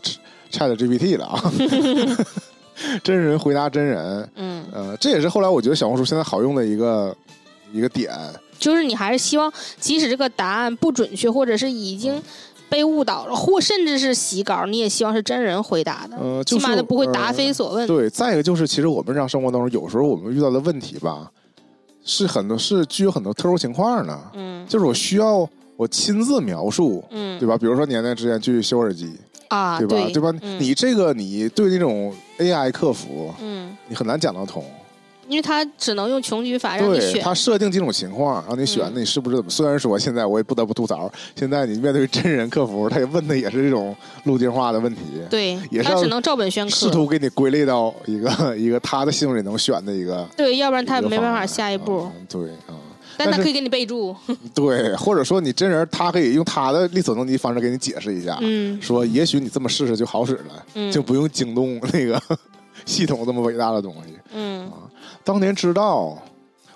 A: Chat GPT 了啊， 真人回答真人，
B: 嗯，
A: 呃，这也是后来我觉得小红书现在好用的一个一个点，
B: 就是你还是希望，即使这个答案不准确，或者是已
A: 嗯
B: 经被误导了，或甚至是洗稿，你也希望是真人回答的，
A: 呃，
B: 起
A: 就是
B: 码他不会答
A: 呃
B: 非所问。
A: 对，再一个就是，其实我们日常生活当中，有时候我们遇到的问题吧，是很多是具有很多特殊情况的，
B: 嗯
A: 就是我需要我亲自描述。
B: 嗯
A: 对吧？比如说年年之前去修耳机，
B: 啊，
A: 对吧？对吧？
B: 嗯
A: 你这个你对那种 AI 客服，
B: 嗯，
A: 你很难讲得通。
B: 因为他只能用穷举法哎让你
A: 对
B: 选。
A: 他设定几种情况，让你选，
B: 嗯
A: 那你是不是怎么？虽然说现在我也不得不吐槽，现在你面对真人客服，他也问的也是这种路径化的问题，
B: 对
A: 也，是
B: 他
A: 要
B: 只能照本宣科。
A: 试图给你归类到一个一个他的系统里能选的一个，
B: 对，要不然他
A: 一个
B: 没办
A: 方
B: 法
A: 案
B: 下一步。
A: 嗯对啊、
B: 但
A: 但
B: 他
A: 是
B: 可以给你 备注，
A: 对，或者说你真人他可以用他的力所能及方式给你解释一下，
B: 嗯
A: 说也许你这么试试就好使了，
B: 嗯，
A: 就不用惊动那个 系统这么伟大的东西。
B: 嗯
A: 当年知道，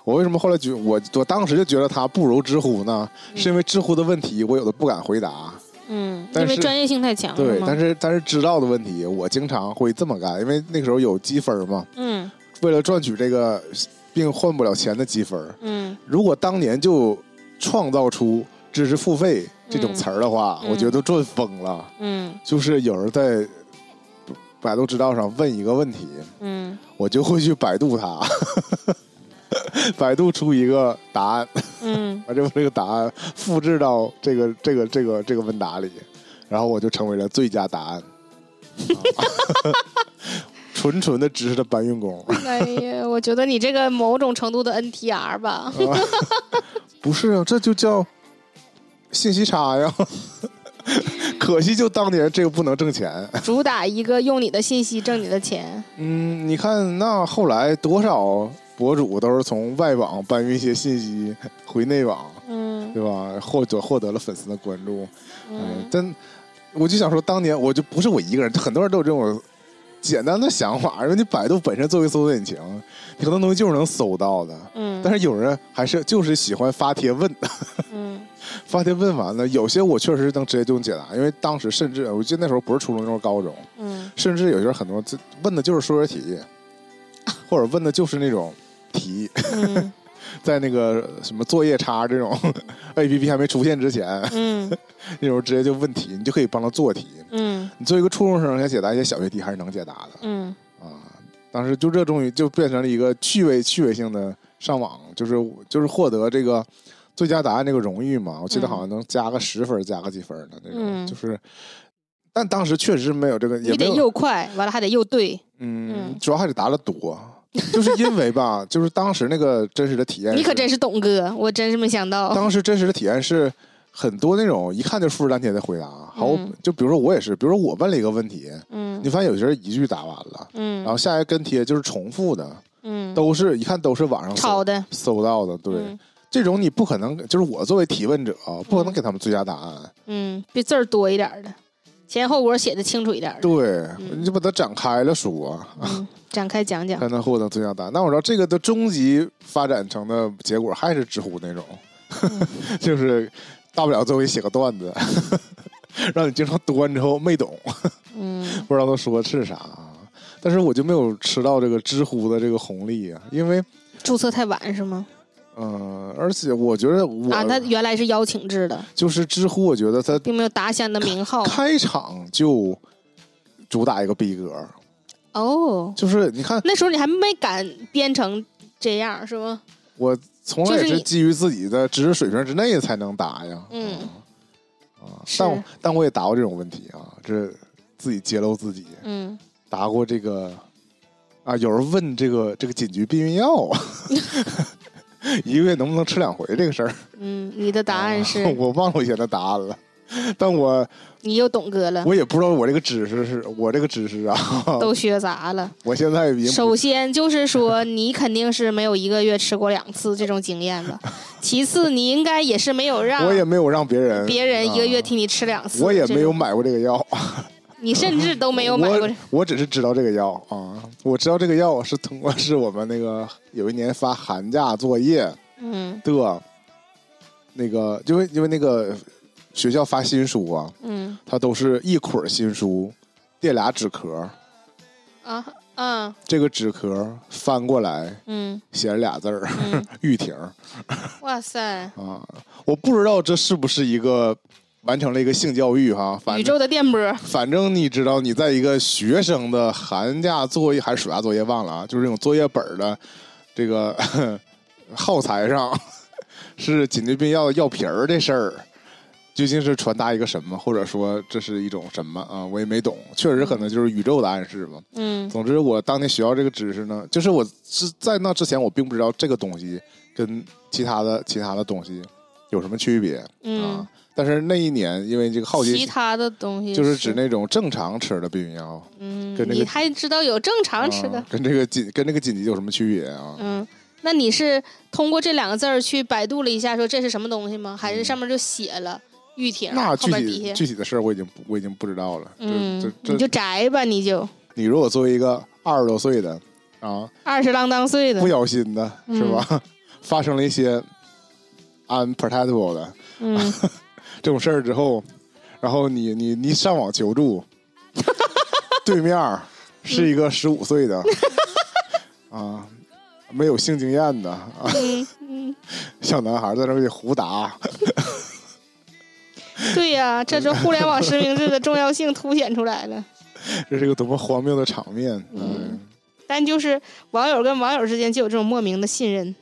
A: 我为什么后来觉我我当时就觉得它不如知乎呢？
B: 嗯
A: 是因为知乎的问题我有的不敢回答，
B: 嗯，因
A: 但
B: 为
A: 是
B: 专业性太强了
A: 对，
B: 嘛。
A: 但是但是知道的问题我经常会这么干，因为那个时候有积分嘛，
B: 嗯
A: 为了赚取这个并换不了钱的积分，
B: 嗯
A: 如果当年就创造出知识付费这种词儿的话，
B: 嗯
A: 我觉得都赚疯了。
B: 嗯
A: 就是有人在百度知道上问一个问题，
B: 嗯
A: 我就会去百度它，百度出一个答案，
B: 嗯，
A: 把这这个答案复制到这个这个这个这个问答里，然后我就成为了最佳答案， 纯纯的知识的搬运工。
B: 哎呀，我觉得你这个某种程度的 NTR 吧，
A: 不是啊，这就叫信息差呀。 可惜就当年这个不能挣钱。
B: 主打一个用你的信息挣你的钱。
A: 嗯，你看那后来多少博主都是从外网搬运一些信息回内网，
B: 嗯
A: 对吧？获得获得了粉丝的关注。哎
B: 嗯，
A: 但我就想说，当年我就不是我一个人，很多人都有这种简单的想法，因为你百度本身作为搜索引擎，你很多东西就是能搜到的。但
B: 嗯
A: 是有人还是就是喜欢发帖问，
B: 嗯
A: 发帖问完了，有些我确实能直接就能解答，因为当时甚至我记得那时候不是初中，那时候高中，
B: 嗯
A: 甚至有些人很多这问的就是数学题，或者问的就是那种题，
B: 嗯
A: 在那个什么作业叉这种 A P P 还没出现之前，
B: 嗯
A: 那时候直接就问题，你就可以帮他做题。
B: 嗯
A: 你作为一个初中生，想解答一些小学题还是能解答的
B: 嗯
A: 啊。当时就热衷于就变成了一个趣味趣味性的上网，就是就是获得这个最佳答案这个荣誉嘛。我记得
B: 嗯
A: 好像能加个十分儿，加个几分儿的那种，
B: 嗯
A: 就是。但当时确实没有这个，也
B: 你
A: 没
B: 得
A: 有
B: 又快，完了还得又对，
A: 嗯
B: 嗯，
A: 主要还得答的多，就是因为吧，就是当时那个真实的体验是，
B: 你可真是懂哥，我真是没想到。
A: 当时真实的体验是很多那种一看就复制粘贴的回答，好，
B: 嗯
A: 就比如说我也是，比如说我问了一个问题，
B: 嗯
A: 你发现有些人一句答完了，然
B: 嗯
A: 后下一个跟贴就是重复的，
B: 嗯，
A: 都是一看都是网上搜
B: 抄的，
A: 搜到的，对，
B: 嗯
A: 这种你不可能，就是我作为提问者啊，不可能给他们最佳答案。
B: 嗯，比字儿多一点儿的，前后文写的清楚一点儿的，
A: 对，你就把它展开了啊说，
B: 嗯， 展开讲讲。
A: 才能获得最佳答案。那我知道这个的终极发展成的结果还是知乎那种，
B: 嗯
A: 就是大不了最后写个段子， 让你经常读完之后没懂，
B: 嗯
A: 不知道他说的是啥。啊但是我就没有吃到这个知乎的这个红利啊，因为，
B: 注册太晚是吗？
A: 嗯、而且我觉得我、
B: 啊，他原来是邀请制的，
A: 就是知乎，我觉得它
B: 并没有打响你的名号。
A: 开场就主打一个逼格，
B: 哦，
A: 就是你看
B: 那时候你还没敢编成这样是吗？
A: 我从来也
B: 就是
A: 是
B: 你
A: 基于自己的知识水平之内才能答呀，
B: 嗯
A: 啊，
B: 是
A: 但我但我也答过这种问题啊，这自己揭露自己，
B: 嗯，
A: 答过这个啊，有人问这个这个紧急避孕药，啊 一个月能不能吃两回这个事儿，
B: 嗯，你的答案是、
A: 啊 我忘了我以前的答案了。但我
B: 你又懂哥了，
A: 我也不知道我这个知识是我这个知识啊，
B: 都学杂了。
A: 我现在已经
B: 首先就是说，你肯定是没有一个月吃过两次这种经验 了。其次，你应该也是没有让
A: 我也没有让别人
B: 别人一个月
A: 啊
B: 替你吃两次，
A: 我也
B: 这
A: 没有
B: 种，
A: 买过这个药，
B: 你甚至都 没有买过这。
A: 我我只是知道这个药啊，我知道这个药是通过是我们那个有一年发寒假作业
B: 嗯
A: 的，那个因为因为那个学校发新书啊，
B: 嗯
A: 它都是一捆儿新书垫俩纸壳，
B: 啊啊
A: 这个纸壳翻过来
B: 嗯
A: 写着俩字儿
B: 嗯，
A: “玉婷”
B: 哇塞！
A: 啊，我不知道这是不是一个完成了一个性教育哈，反
B: 宇
A: 正。
B: 宙的电波，
A: 反正你知道，你在一个学生的寒假作业还是暑假作业忘了啊，就是这种作业本儿的这个 耗材上， 是紧急避孕药药瓶儿这事儿，究竟是传达一个什么，或者说这是一种什么啊？我也没懂，确实可能就是宇宙的暗示吧。
B: 嗯
A: 总之，我当年学到这个知识呢，就是我是在那之前，我并不知道这个东西跟其他的其他的东西有什么区别啊
B: 嗯，。
A: 但是那一年，因为这个好奇
B: 其他的东西
A: 就是指那种正常吃的避孕药，
B: 嗯，
A: 跟那个
B: 你还知道有正常吃的
A: 啊，跟这个紧跟这个紧急有什么区别啊？
B: 嗯。那你是通过这两个字儿去百度了一下，说这是什么东西吗？还是上面就写了玉婷，
A: 那
B: 啊后
A: 具
B: 面底
A: 体
B: 下，
A: 具体的事儿我已经不我已经不知道了。这
B: 嗯，
A: 这
B: 你
A: 这
B: 就，摘吧，你就
A: 你如果作为一个二十多岁的啊，
B: 二十郎当岁的
A: 不，小心的
B: 嗯
A: 是吧， 发生了一些 unprotectable 的
B: 嗯，
A: 这种事儿之后，然后你你你上网求助， 对面儿是一个十五岁 的啊，没有性经验的 啊，
B: 嗯
A: 小男孩在那里胡答。
B: 对呀、这就是互联网实名制的重要性凸显出来了。
A: 这是一个多么荒谬的场面！
B: 嗯
A: 嗯，
B: 但就是网友跟网友之间就有这种莫名的信任，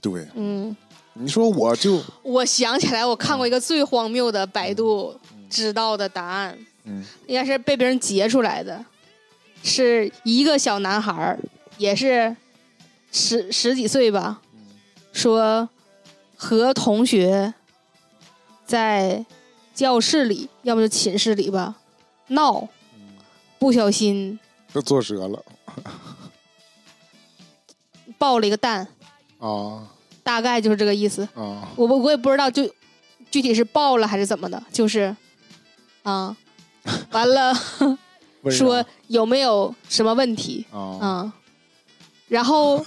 A: 对，
B: 嗯。
A: 你说我就
B: 我想起来，我看过一个最荒谬的百度知道的答案，
A: 嗯
B: 应该是被别人截出来的，是一个小男孩儿，也是十十几岁吧，说和同学在教室里，要么就寝室里吧闹，不小心
A: 就坐折了
B: 爆了一个蛋，
A: 啊
B: 大概就是这个意思。
A: 啊！
B: 我不我也不知道就具体是爆了还是怎么的，就是啊，完了
A: 问人
B: 说有没有什么问题
A: 啊
B: 啊，然后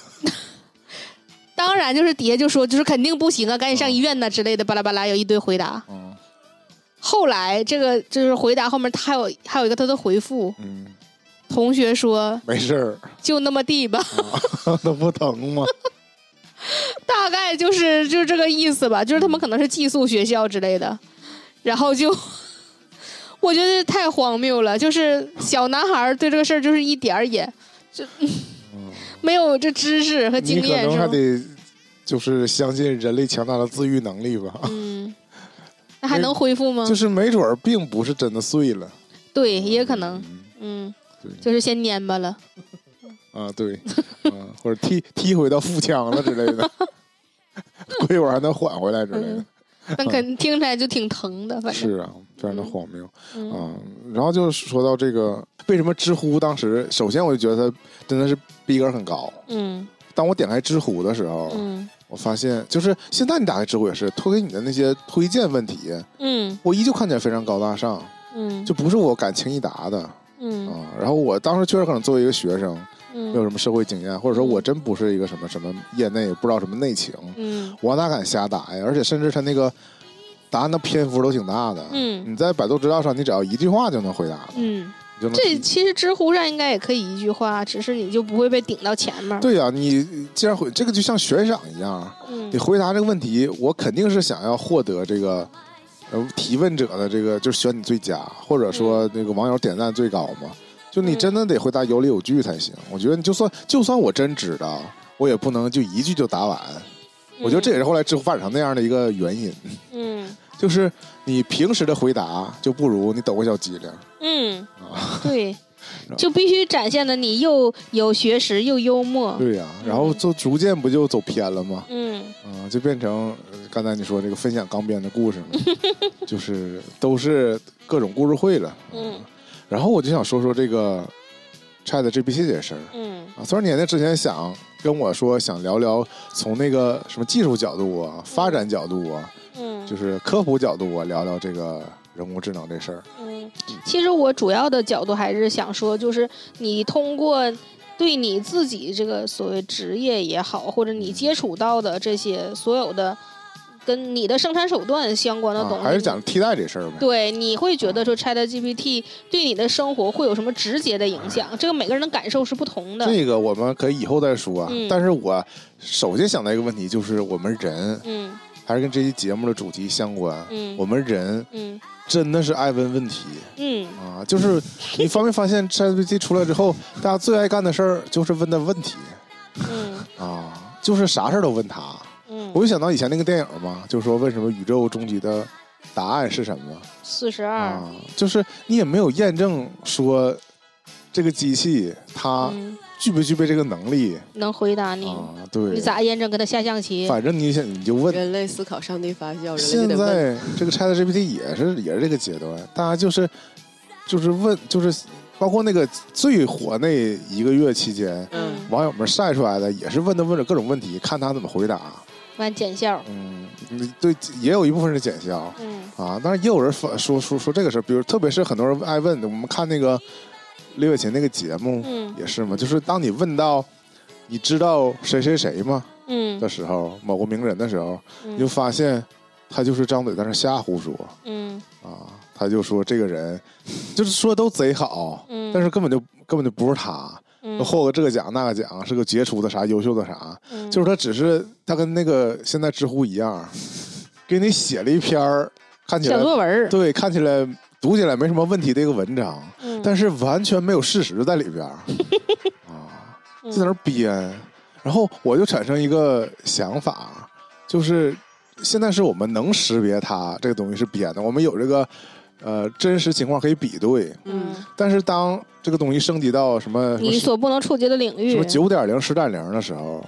B: 当然就是底下就说就是肯定不行啊，赶紧上医院呐、之类的，巴拉巴拉有一堆回答。
A: 啊
B: 后来这个就是回答后面他还有还有一个他的回复，
A: 嗯，
B: 同学说
A: 没事儿，
B: 就那么地吧，
A: 那不疼吗？
B: 大概就是就是这个意思吧，就是他们可能是寄宿学校之类的，然后就 我觉得太荒谬了，就是小男孩儿对这个事儿就是一点儿也 就没有这知识和
A: 你
B: 经
A: 可
B: 验
A: 能
B: 是
A: 还
B: 吧？
A: 得就是相信人类强大的自愈能力吧，
B: 嗯，那还能恢复吗
A: 就？是没准儿并不是真的碎了
B: 对，也可能，嗯
A: 对，
B: 就是先蔫巴 了。
A: 啊，对，啊，或者踢踢回到腹腔了之类的，过一会儿还能缓回来之类的
B: 嗯。，那肯听起来就挺疼的，反正
A: 是啊，非常的荒谬。
B: 嗯
A: 啊、然后就说到这个，为什么知乎当时，首先我就觉得它真的是逼格很高。
B: 嗯
A: 当我点开知乎的时候，
B: 嗯
A: 我发现就是现在你打开知乎也是推给你的那些推荐问题，
B: 嗯
A: 我依旧看起来非常高大上，
B: 嗯
A: 就不是我敢轻易答的啊、
B: 嗯
A: 然后我当时确实可能作为一个学生，没有
B: 嗯
A: 什么社会经验，或者说我真不是一个什么什么业内不知道什么内情，
B: 嗯
A: 我哪敢瞎打呀？而且甚至他那个答案的篇幅都挺大的。
B: 嗯
A: 你在百度知道上，你只要一句话就能回答了，
B: 嗯，
A: 你就能
B: 这其实知乎上应该也可以一句话，只是你就不会被顶到前面。，
A: 对呀、你既然回这个就像悬赏一样，
B: 嗯
A: 你回答这个问题，我肯定是想要获得这个呃提问者的这个就是选你最佳，或者说那个网友点赞最高嘛。就你
B: 嗯
A: 真的得回答有理有据才行。我觉得你就算就算我真知道，我也不能就一句就答完。我觉得这也是后来知乎发展成那样的一个原因，
B: 嗯
A: 就是你平时的回答就不如你抖个小机灵。
B: 嗯
A: 啊，
B: 对，就必须展现的你又有学识又幽默。
A: 对呀、然后就逐渐不就走偏了吗？
B: 嗯
A: 啊、就变成呃刚才你说这个分享钢鞭的故事了，就是都是各种故事会了。
B: 嗯
A: 然后我就想说说这个 Chat GPT 这事儿
B: 嗯
A: 啊，虽然年年之前想跟我说想聊聊从那个什么技术角度啊、发展角度啊，
B: 嗯，
A: 就是科普角度啊，聊聊这个人工智能这事儿。
B: 嗯，其实我主要的角度还是想说，就是你通过对你自己这个所谓职业也好，或者你
A: 嗯
B: 接触到的这些所有的跟你的生产手段相关的
A: 啊
B: 东西，
A: 还是讲替代这事儿呗。
B: 对，你会觉得说 Chat GPT 对你的生活会有什么直接的影响？这个每个人的感受是不同的。
A: 这个我们哎可以以后再说啊。
B: 嗯
A: 但是我首先想到一个问题，就是我们人
B: 嗯
A: 还是跟这期节目的主题相关。
B: 嗯
A: 我们人
B: 嗯
A: 真的是爱问问题
B: 嗯
A: 啊，就是你发没发现 ChatGPT 出来之后，大家最爱干的事儿就是问他问题
B: 嗯
A: 啊，就是啥事儿都问他。
B: 嗯
A: 我就想到以前那个电影嘛，就说问什么宇宙终极的答案是什么
B: 四十二。
A: 啊，就是你也没有验证说这个机器它
B: 嗯，
A: 具不具备这个能力
B: 能回答你？
A: 啊？对，
B: 你咋验证跟他下象棋？
A: 反正你想你就问。
C: 人类思考，上帝发笑，人类
A: 现
C: 就得问。
A: 在这个 Chat GPT 也是也是这个阶段，大家就是就是问就是包括那个最火那一个月期间，
C: 嗯，
A: 网友们晒出来的也是问的问着各种问题，看他怎么回答。
B: 完见效。
A: 嗯，你对，也有一部分是减销
B: 嗯
A: 啊，但是也有人反说说说这个事儿，比如特别是很多人爱问，我们看那个李雪琴那个节目
B: 嗯
A: 也是嘛，就是当你问到你知道谁谁谁吗
B: 嗯
A: 的时候，某个名人的时候，你就
B: 嗯
A: 发现他就是张嘴在那瞎胡说
B: 嗯
A: 啊，他就说这个人 就是说都贼好，
B: 嗯，
A: 但是根本就根本就不是他，
B: 嗯
A: 获个这个奖那个奖，是个杰出的啥优秀的啥，
B: 嗯
A: 就是他只是他跟那个现在知乎一 样，给你写了一篇儿看起
B: 小
A: 来
B: 作文儿，
A: 对看起来读起来没什么问题的一个文章，
B: 嗯
A: 但是完全没有事实在里 边儿啊。
B: 嗯
A: 在那儿编，然后我就产生一个想法，就是现在是我们能识别它这个东西是编的，我们有这个呃真实情况可以比对，
B: 嗯，
A: 但是当这个东西升级到什么什么
B: 你所不能触及的领域，
A: 什么九点零、十点零的时候。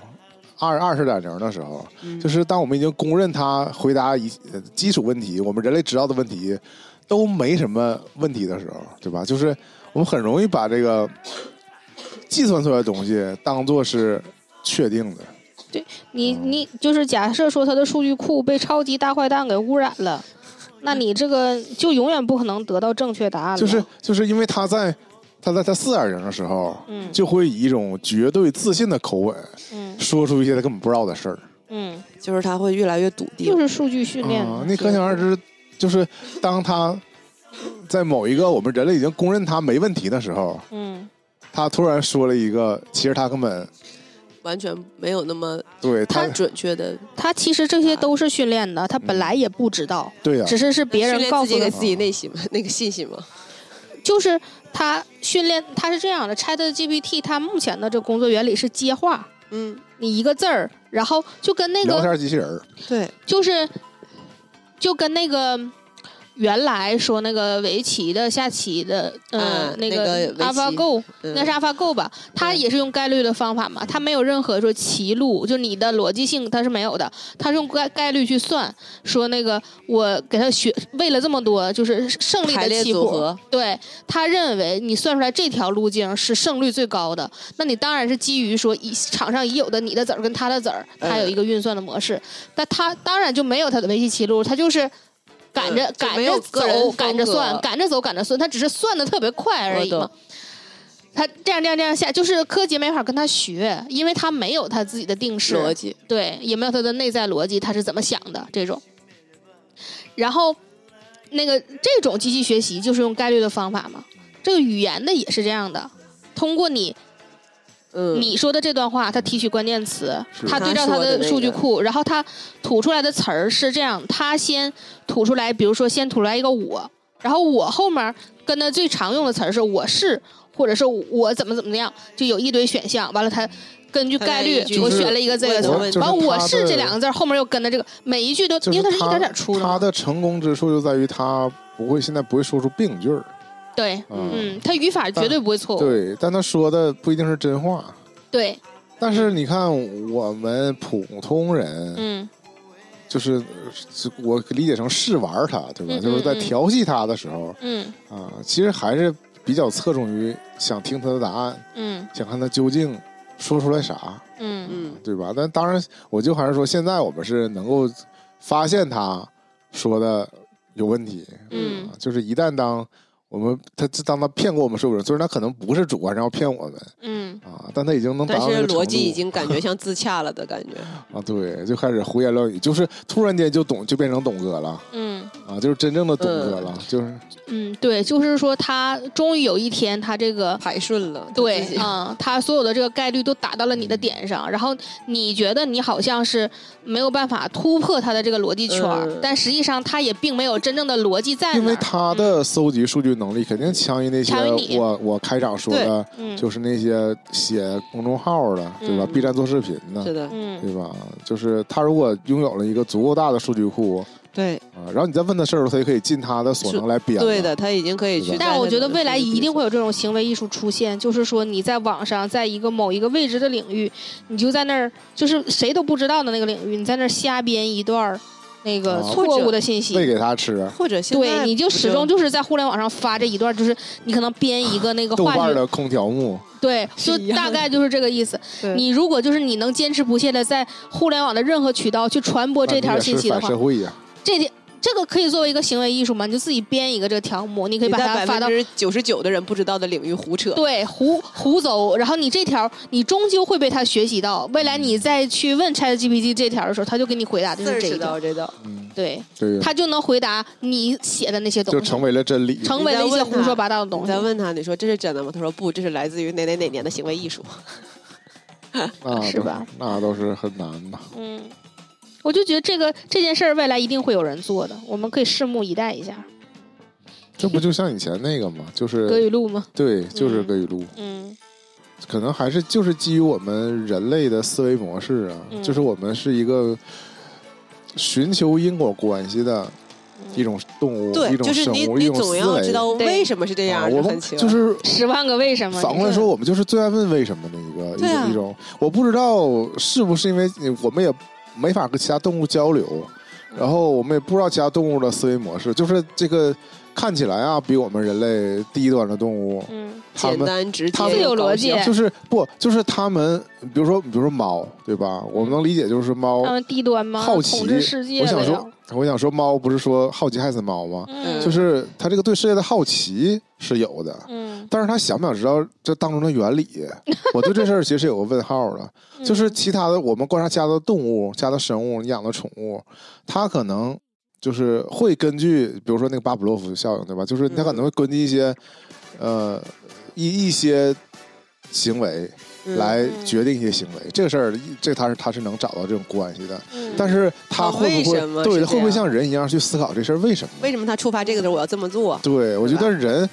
A: 二二十点零的时候，
C: 嗯
A: 就是当我们已经公认它回答一呃基础问题，我们人类知道的问题都没什么问题的时候，对吧？就是我们很容易把这个计算出来的东西当做是确定的。
B: 你
A: 嗯
B: 你就是假设说它的数据库被超级大坏蛋给污染了，那你这个就永远不可能得到正确答案了。
A: 就是就是因为他在他在他四点零的时候，
B: 嗯
A: 就会以一种绝对自信的口吻
B: 嗯
A: 说出一些他根本不知道的事儿。
B: 嗯，
C: 就是他会越来越笃定
B: 就。是数据训练
A: 啊。。你可想而，知，就是当他在某一个我们人类已经公认他没问题的时候，
B: 嗯
A: 他突然说了一个，其实他根本
C: 完全没有那么
A: 对他
C: 太准确的，
B: 他其实这些都是训练的，他本来也不知道，
A: 对啊呀、
B: 只是是别
C: 训
B: 人
C: 练
B: 告诉
C: 自己
B: 的。
C: 给自己内心嘛那个信心嘛。
A: 嗯
B: 就是他训练，他是这样的，Chat GPT 它目前的这工作原理是接话，
C: 嗯，
B: 你一个字儿，然后就跟那
A: 聊
B: 个
A: 天机器人儿
C: 对，
B: 就是就跟那个原来说那个围棋的、下棋的，呃，
C: 啊
B: 那
C: 那
B: 个
C: 个围棋
B: AlphaGo，
C: 嗯
B: 那是 AlphaGo 吧？它
C: 对
B: 也是用概率的方法嘛，它没有任何说棋路，就你的逻辑性它是没有的，它是用概概率去算，说那个我给他学为了这么多就是胜利
C: 排
B: 的
C: 列
B: 棋
C: 组
B: 谱，
C: 合，
B: 对他认为你算出来这条路径是胜率最高的，那你当然是基于说已场上已有的你的子儿跟他的子儿，
C: 哎
B: 他有一个运算的模式，但他当然就没有他的围棋棋路，他就是赶着、
C: 嗯就
B: 赶
C: 没有
B: 着
C: 个人
B: 走，
C: 风
B: 赶着算
C: 格，
B: 赶着走，赶着算，他只是算的特别快而已
C: 我
B: 嘛
C: 懂。
B: 他这样这样这样下，就是柯洁没法跟他学，因为他没有他自己的定式
C: 逻辑，
B: 对，也没有他的内在逻辑，他是怎么想的这种。然后，那个这种机器学习就是用概率的方法嘛，这个语言的也是这样的，通过你
C: 嗯，
B: 你说的这段话，它提取关键词
A: 是，
B: 它对照它的数据库，然后它吐出来的词儿是这样，它先吐出来，比如说先吐出来一个我，然后我后面跟它最常用的词儿是我是，或者是我怎么怎么样，就有一堆选项，完了它。根据概率
C: 它来一句，
B: 我选了一个这个词
C: 我
B: 儿
C: 就是，
B: 完
A: 它
B: 我
A: 的
B: 是这两个字儿，后面又跟着这个，每一句都，
A: 就是
B: 因为它是一
A: 它
B: 点点出的
A: 他
B: 嘛，
A: 的成功之处就在于他不会现在不会说出病句儿，
B: 对，
A: 嗯
B: 嗯，它语法绝对不会错误，
A: 对，但他说的不一定是真话。
B: 对，
A: 但是你看，我们普通人、
B: 嗯，
A: 就是就我理解成试玩儿他，对吧？
B: 嗯嗯
A: 就是在
B: 嗯
A: 调戏他的时候
B: 嗯，
A: 啊，其实还是比较侧重于想听他的答案，
B: 嗯，
A: 想看他究竟说出来啥，
B: 嗯，
C: 嗯，
A: 对吧？但当然，我就还是说，现在我们是能够发现他说的有问题，
B: 嗯
A: 啊，就是一旦当我们他当他骗过我们所有人，虽然他可能不是主观上要骗我们
B: 嗯，
A: 啊，但他已经能达
C: 但
A: 到那
C: 是
A: 个程
C: 逻辑
A: 度
C: 已经感觉像自洽了的感 觉，
A: 啊，对，就开始胡言乱语，就是突然间就懂，就变成懂哥了
B: 嗯。
A: 啊，就是真正的懂哥了，就是
B: 嗯，对，就是说他终于有一天，他这个
C: 排顺了，
B: 对
C: 自 己
B: 啊、嗯，他所有的这个概率都打到了你的点上，然后你觉得你好像是没有办法突破他的这个逻辑圈儿，
C: 嗯
B: 但实际上他也并没有真正的逻辑在
A: 因
B: 那
A: 为
B: 儿。
A: 他的搜集数据能力肯定强于那些
B: 强于你
A: 我我开场说的，
B: 嗯，
A: 就是那些写公众号的，对吧
B: 嗯
A: ？B 站做视频的，
C: 是的，
B: 嗯，
A: 对吧？就是他如果拥有了一个足够大的数据库
C: 对
A: 啊，然后你再问他事儿，他就可以尽他的所能来编了。
C: 对的，他已经可以
A: 是
C: 去在
A: 吧
C: 那个。
B: 但我觉得未来一定会有这种行为艺术出现，就是说你在网上，在一个某一个未知的领域，你就在那儿，就是谁都不知道的那个领域，你在那儿瞎编一段儿那个
A: 啊
B: 错误的信息，
A: 喂给他吃，
C: 哦或者现在
B: 对，你就
C: 不
B: 始终就是在互联网上发这一段，就是你可能编一个那个
A: 豆
B: 话
A: 瓣
B: 剧，
A: 的空调幕，
B: 对，
C: 是
B: 就
C: 一样
B: 大
C: 的
B: 概就是这个意思。
C: 对
B: 你如果就是你能坚持不懈的在互联网的任何渠道去传播这条
A: 啊那你
B: 信
A: 也
B: 息
A: 是
B: 的
A: 反
B: 话
A: 社，会呀。
B: 这点这个可以作为一个行为艺术嘛？你就自己编一个这个条目，你可以把它
C: 在
B: 发
C: 百
B: 到
C: 分。之九十九的人不知道的领域胡扯，
B: 对，胡胡走，然后你这条，你终究会被他学习到。未
A: 嗯
B: 来你再去问 ChatGPT 这条的时候，他就给你回答就是这一
C: 知
B: 条
C: 道，这道。
A: 嗯，
B: 对，
A: 对，
B: 他就能回答你写的那些
A: 就
B: 东西，
A: 成为了真理。
B: 成为了一些胡说八道的东
C: 你
B: 西
C: 再。问他，你说这是真的吗？他说不，这是来自于哪哪哪年的行为艺术。
A: 那
B: 是
A: 都
B: 吧？
A: 啊那都是很难 的。
B: 嗯，我就觉得这个这件事儿未来一定会有人做的，我们可以拭目以待一下。
A: 这不就像以前那个嘛，就
B: 葛
A: 是
B: 雨露吗？
A: 对，就是
B: 嗯
A: 葛雨露，
B: 嗯
A: 可能还是就是基于我们人类的思维模式啊，
B: 嗯
A: 就是我们是一个寻求因果关系的
B: 嗯
A: 一种动物，
C: 对
A: 一，种
C: 就是
A: 生
C: 你
A: 物，一
C: 你
A: 种
C: 总
A: 思
C: 要
A: 维。
C: 知道
B: 对
C: 为什么是这
A: 啊
C: 样，
A: 我
C: 很
A: 们
C: 奇怪
A: 就是
B: 十万个为什么。
A: 反过来说，我们就是最爱问为什么的一个一
C: 对啊
A: 种一种，我不知道是不是因为我们也没法跟其他动物交流，然后我们也不知道其他动物的思维模式，就是这个看起来啊比我们人类低端的动物，
B: 嗯
A: 他
C: 简
A: 们
C: 单直接
A: 他们
C: 又
B: 自有
C: 高
B: 逻辑
C: 效
A: 就是不就是他们，比如说比如说猫对吧？我们能理解就是猫
B: 他，嗯们低端吗？
A: 好奇
B: 统治世界
A: 我
B: 哦了呀
A: 想说我想说猫不是说好奇害死猫吗？
B: 嗯，
A: 就是它这个对世界的好奇是有的，
B: 嗯，
A: 但是他想不想知道这当中的原理？我对这事儿其实有个问号了。
B: 嗯
A: 就是其他的，我们观察家的动物、家的生物、你养的宠物，它可能就是会根据，比如说那个巴甫洛夫效应，对吧？就是它
C: 嗯
A: 可能会根据一些，呃，一一些行为来
B: 嗯
A: 决定一些行为。这个事儿，这他是他是能找到这种关系的。
B: 嗯
A: 但是他
C: 啊
A: 会不
C: 为
A: 会
C: 什么是
A: 对
C: 这
A: 会不会
C: 样
A: 像人一样去思考这事儿为什么？
C: 为什么他触发这个的时候我要这么做？
A: 对，我觉
C: 对吧
A: 得人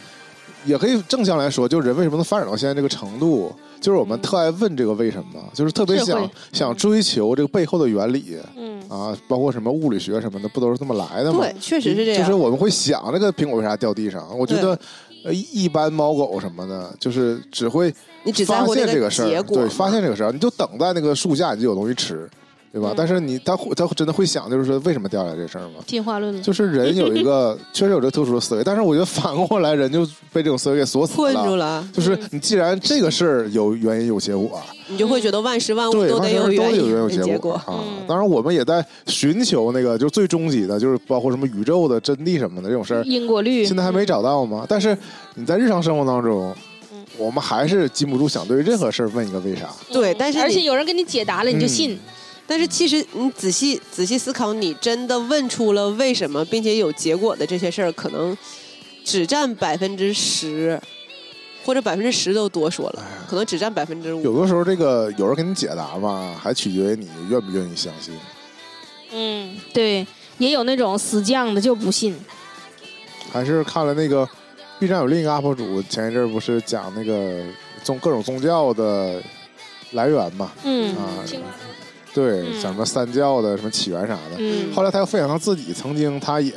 A: 也可以正向来说，就是人为什么能发展到现在这个程度，就是我们特爱问这个为什么，就是特别
B: 社
A: 想
B: 会
A: 想追求这个背后的原理
B: 嗯，
A: 啊，包括什么物理学什么的，不都是这么来的吗？
C: 对，确实是这样。
A: 就是我们会想这个苹果为啥掉地上？我觉得，呃，一般猫狗什么的，就是只会
C: 你只在
A: 发
C: 乎
A: 现
C: 那
A: 这个事
C: 结
A: 儿，
C: 果嘛，
A: 对，发现这个事儿，你就等待那个树下，你就有东西吃，对吧？
B: 嗯
A: 但是你他会他真的会想，就是说为什么掉下来这事儿吗？
B: 进化论了，
A: 就是人有一 个确实有这个特殊的思维，但是我觉得反过来人就被这种思维给锁死
C: 困住
A: 了。
C: 了，
A: 就是你既然这个事儿有原因有结果，
C: 你就会觉得万事万物
A: 对，
C: 得
A: 完全
C: 有
A: 都有
C: 原因
A: 有
C: 跟结
A: 结
C: 果。
A: 啊
B: 嗯。
A: 当然，我们也在寻求那个就是最终极的，就是包括什么宇宙的真谛什么的这种事
C: 嗯
A: 儿，
B: 因果律。
A: 现在还没找到吗？但是你在日常生活当中
B: 嗯，
A: 我们还是禁不住想对任何事儿问一个为啥。
B: 嗯
C: 对但是你
B: 而且有人给你解答了，你就信。
C: 但是其实你仔细仔细思考，你真的问出了为什么，并且有结果的这些事儿，可能只占百分之十，或者百分之十都多说了，可能只占百分之五。
A: 有的时候，这个有人给你解答吧，还取决于你愿不愿意相信。
B: 嗯，对，也有那种死犟的就不信。
A: 还是看了那个 B 站有另一个 UP 主，前一阵儿不是讲那个宗各种宗教的来源嘛？
B: 嗯
A: 啊，
B: 清
A: 对，
B: 嗯
A: 讲什么三教的什么起源啥的。
B: 嗯
A: 后来他又分享他自己曾经他也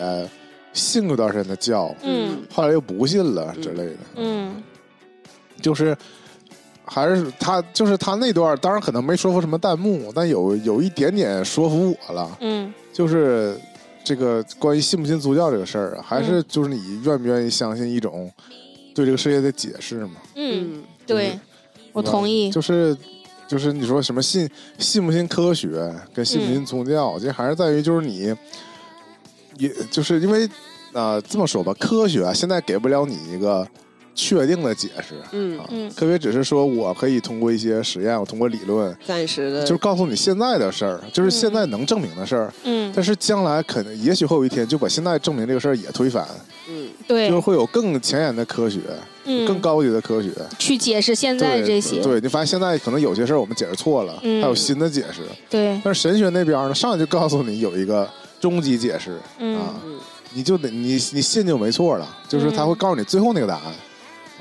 A: 信过一段时间的教，
B: 嗯
A: 后来又不信了之类的。
B: 嗯
A: 就是还是他就是他那段儿，当然可能没说服什么弹幕，但有有一点点说服我了，
B: 嗯
A: 就是这个关于信不信宗教这个事儿
B: 嗯
A: 啊，还是就是你愿不愿意相信一种对这个世界的解释嘛？
B: 嗯，
C: 嗯，
B: 对，我
A: 对吧
B: 同意。
A: 就是。就是你说什么信信不信科学，跟信不信宗
B: 嗯
A: 教，这、还是在于就是你，也就是因为啊、呃这么说吧，科学啊现在给不了你一个确定的解释，
C: 嗯
A: 啊，
B: 嗯
A: 科学只是说我可以通过一些实验，我通过理论，
C: 暂时的
A: 就是告诉你现在的事儿，就是现在能证明的事儿。
B: 嗯，
A: 但是将来可能，也许会有一天就把现在证明这个事儿也推翻，
C: 嗯，
B: 对
A: 就是，会有更前沿的科学，
B: 嗯
A: 更高级的科学。
B: 去解释现在
A: 对
B: 这些。
A: 对你发现现在可能有些事儿我们解释错了，
B: 嗯
A: 还有新的解释。
B: 对，
A: 但是神学那边呢，上来就告诉你有一个终极解释，
B: 嗯
A: 啊
C: 嗯
A: 你就得你你信就没错了，就是他会告诉你最后那个答案。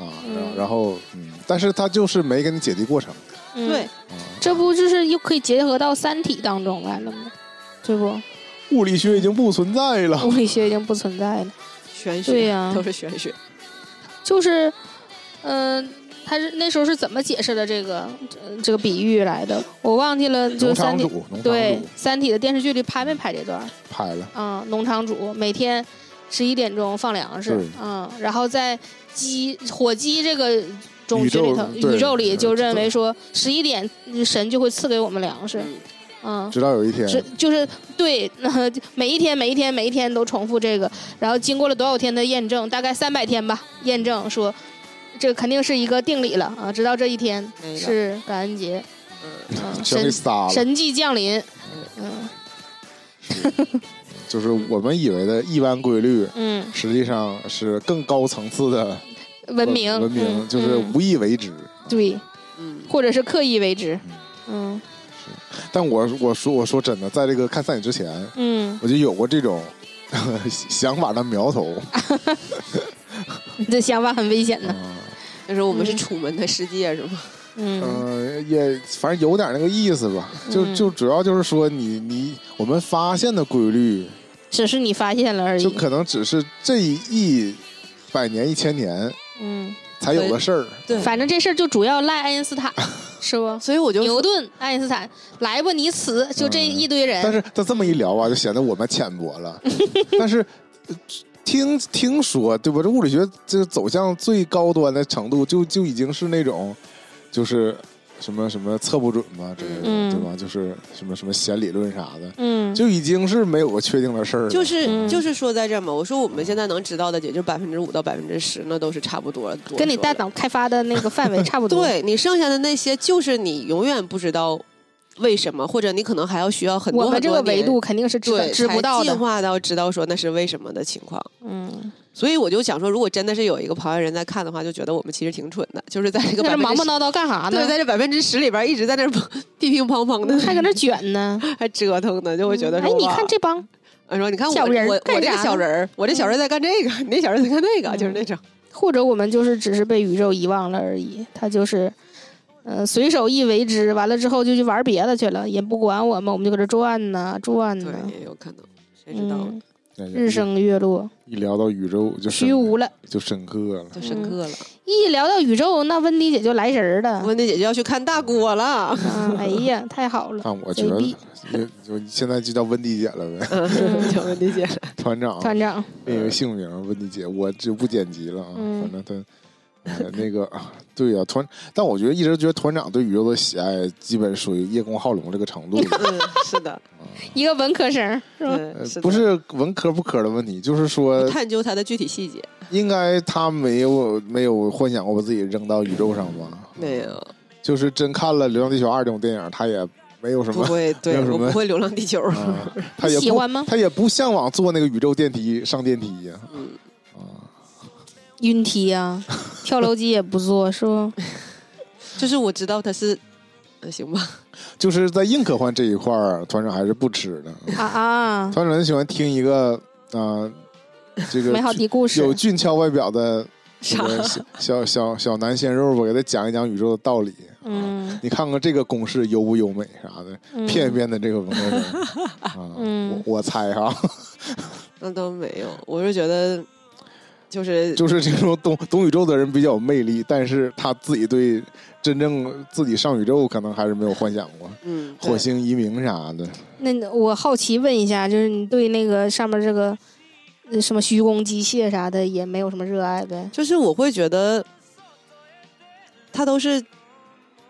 A: 啊，然后
B: 嗯
A: 然后，嗯，但是他就是没给你解题过程，
B: 嗯
C: 对，，
A: 啊，
B: 这不就是又可以结合到《三体》当中来了吗？对
A: 啊
B: 不？
A: 物理学已经不存在了。
B: 物理学已经不存在了。
C: 玄学
B: 对呀
C: 都是玄学。
B: 就是，嗯、他是那时候是怎么解释的这个、呃这个比喻来的？我忘记了，就
A: 农
B: 是
A: 场
B: 三体
A: 主，农场
B: 对
A: 主
B: 《三体》的电视剧里拍没拍这段儿？
A: 拍了，
B: 嗯，农场主每天十一点钟放粮食
A: 对，
B: 嗯，然后在鸡火鸡这个种
A: 宇
B: 群里
A: 宙
B: 头，
A: 对
B: 宇宙里就
A: 嗯
B: 认为
A: 对
B: 说十一点神就会赐给我们粮食，
C: 嗯
B: 嗯，
A: 直到有一天，
B: 只就是对， 那每一天每一天每一天都重复这个，然后经过了多少天的验证，大概三百天吧，验证说这肯定是一个定理了啊，直到这一天
C: 没了
B: 是感 恩节，
C: 嗯
B: 嗯，
A: 全给
B: 神
A: 撒了，
B: 神迹降临，嗯
A: 就是我们以为的一般规律，
B: 嗯，
A: 实际上是更高层次的
B: 文明
A: 文明
B: 嗯
A: 就是
B: 嗯
A: 无意为之。
B: 对，
C: 嗯，
B: 或者是刻意为之，嗯
A: 但我我说我说真的，在这个看三体之前，
B: 嗯，
A: 我就有过这种 想法的苗头。
B: 你嗯这想法很危险呢，
A: 嗯
C: 那时候我们是
B: 嗯
C: 楚门的世界是吗？
B: 嗯
A: 呃，也反正有点那个意思吧，就
B: 嗯
A: 就主要就是说你你我们发现的规律，
B: 只是你发现了而
A: 就
B: 已，
A: 可能只是这一百年一千年
B: 嗯，
A: 才有的事儿。
C: 对
B: 反正这事儿就主要赖爱因斯 坦，是不？
C: 所以我就
B: 牛顿、爱因斯坦，来吧，你死！就这一堆人，
A: 但是他这么一聊啊，就显得我们浅薄了。 但是呃听听说，对吧？这物理学这走向最高端的程度，就就已经是那种，就是什么什么测不准嘛之类的，
B: 嗯
A: 对吧？就是什么什么弦理论啥的，
B: 嗯，
A: 就已经是没有个确定的事儿了。
C: 就是、
B: 嗯
C: 就是说在这儿嘛，我说我们现在能知道的也就百分之五到百分之十，那都是差不多多
B: 跟你
C: 说
B: 大
C: 的
B: 脑开发的那个范 围差不多。，
C: 对你剩下的那些，就是你永远不知道为什么，或者你可能还要需要很多
B: 我们这个
C: 很多
B: 维
C: 年
B: 度肯定是知道
C: 对
B: 知不到
C: 才进
B: 的。
C: 化到知道说那是为什么的情况。
B: 嗯，
C: 所以我就想说，如果真的是有一个旁观人在看的话，就觉得我们其实挺蠢的，就是在这个
B: 那
C: 百
B: 这
C: 分
B: 忙
C: 之
B: 不
C: 十
B: 叨叨干啥
C: 对，
B: 呢？
C: 在这百分之十里边一直在那儿 乒乒乓乓的，
B: 还搁那卷 呢。
C: 还折腾呢，就会觉得
B: 哎
C: 说，
B: 你看
C: 哇
B: 这帮，
C: 呃我说你看我
B: 小人儿
C: 我我
B: 干
C: 这个
B: 啥
C: 小
B: 呢
C: 人儿，我这小人儿在干这个，你那小人儿在干那个，
B: 嗯
C: 就是那种。
B: 或者我们就是只是被宇宙遗忘了而已。他就是，呃，随手一为之，完了之后就去玩别的去了，也不管我们，我们就搁这转呐转
C: 对
B: 呐，，
C: 也有可能，谁知道呢？
B: 嗯，
A: 感觉
B: 日升月落，
A: 一聊到宇宙就深
B: 虚无了。
A: 就深刻了。
C: 都
B: 嗯
C: 深刻了。
B: 一聊到宇宙，那温迪姐就来神儿了。
C: 温迪姐姐要去看大锅 了，
B: 啊，哎呀，太好 了，
A: 但我觉得
B: AB
A: 就就现在就叫温迪姐了呗，
C: 嗯，叫温 迪姐。
A: 团长
B: 团长，
A: 另一个姓名温迪姐，我就不剪辑了啊，
B: 嗯
A: 反正她。呃那个啊，对呀、团，但我觉得一直觉得团长对宇宙的喜爱，基本属于叶公好龙这个程度了。
C: 嗯，是的，
B: 一个文科生 是吧？
A: 呃
C: 嗯，的
A: 不是呃文科不科的问题，就是说，
C: 探究它的具体细节，
A: 应该他没有没有幻想过把自己扔到宇宙上吧？
C: 没，有，
A: 就是真看了《流浪地球二》这种电影，他也没有什
C: 不
A: 么，
C: 会，对
A: 没有什
C: 我
A: 么
C: 不会流浪地球。
A: 啊、他也
B: 喜
A: 不
B: 欢吗？
A: 他也不向往坐那个宇宙电梯上电梯呀、
C: 嗯，
B: 晕梯呀、啊跳楼机也不做，是 不？
C: 就是我知道它是，呃行吧，
A: 就是在硬科幻这一块儿，团长还是不吃的。
B: 啊啊，
A: 团长很喜欢听一个啊、这个
B: 美好的故事
A: 有。俊俏外表的这
C: 啥？
A: 个小小小小男鲜肉吧，我给他讲一讲宇宙的道理。
B: 嗯，
A: 你看看这个公式优不优美啥的，
B: 嗯
A: 骗一骗的这个文科生啊，
B: 嗯
A: 我我猜啊哈，
C: 那都没有，我是觉得，就是
A: 就是这种懂懂宇宙的人比较有魅力，但是他自己对真正自己上宇宙可能还是没有幻想过，
C: 嗯，对
A: 火星移民啥的。
B: 那我好奇问一下，就是你对那个上面这个呃什么虚空机械啥的也没有什么热爱呗？
C: 就是我会觉得，它都是，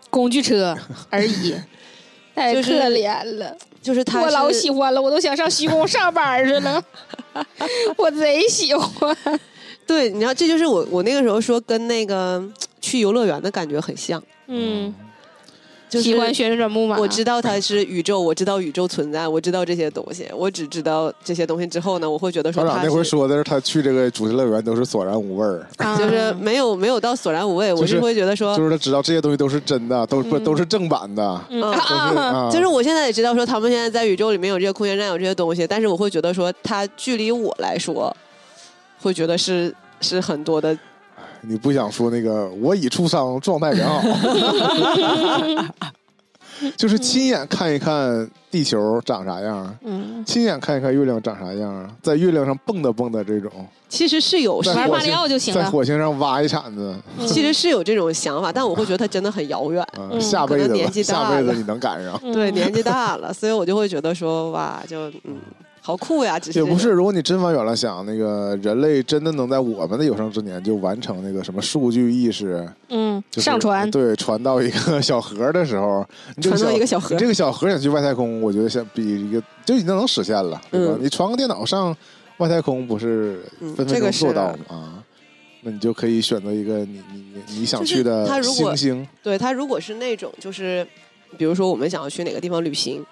B: 工具 车而已，太
C: 就是
B: 可怜了。
C: 就是它
B: 我
C: 是
B: 老喜欢了，我都想上虚空上班去 了，我贼喜欢。
C: 对，你知道，这就是我我那个时候说跟那个去游乐园的感觉很像，
B: 嗯，
C: 就是
B: 喜欢旋转木马，
C: 我知道它是宇宙，我知道宇宙存在，我知道这些东西，我只知道这些东西之后呢，我会觉得说
A: 团长
C: 它
A: 那回
C: 是。
A: 说的是他去这个主题乐园都是索然无味儿，
B: 啊
C: 就是没有没有到索然无味，
A: 就是
C: 我是会觉得说，
A: 就是他知道这些东西都是真的，都不
B: 嗯
A: 都是正版的，
B: 嗯
C: 嗯
B: 啊
A: 都是
B: 啊啊
A: 啊，
C: 就是我现在也知道说他们现在在宇宙里面有这些空间站有这些东西，但是我会觉得说它距离我来说，会觉得是是很多的，
A: 你不想说那个我已出伤，状态良好， 就是亲眼看一看地球长啥样，
B: 嗯，
A: 亲眼看一看月亮长啥样，在月亮上蹦跶蹦跶这种，
C: 其实是有
A: 在
B: 玩
A: 火
B: 马
A: 星
B: 里奥就
C: 啊
B: 行
A: 在
B: 了。
A: 火星上挖一铲子，
B: 嗯
C: 其实是有这种想法，但我会觉得它真的很遥远。
A: 啊
B: 嗯
A: 下辈
C: 可
A: 子
C: 能
A: 吧
C: 年，纪大
A: 下
C: 了
A: 辈子你能赶上。
B: 嗯
C: 对，年纪大了，所以我就会觉得说哇，就嗯，好酷呀！只是
A: 也不
C: 这
A: 是，
C: 种
A: 如果你真往远了想，那个人类真的能在我们的有生之年就完成那个什么数据意识，
B: 嗯，
A: 就是
B: 上传
A: 对传到一个小盒的时候，你这
C: 传到
A: 小
C: 一个小盒
A: 你，这个小盒想去外太空，我觉得像比一个就已经能实现了，对吧？
C: 嗯
A: 你传个电脑上外太空，不是
C: 嗯
A: 分
C: 这
A: 分
C: 个
A: 钟
C: 是
A: 做到吗？啊，那你就可以选择一个你你你你想
C: 就是
A: 去的
C: 它如
A: 星
C: 果
A: 星，
C: 对它如果是那种就是，比如说我们想要去哪个地方旅行，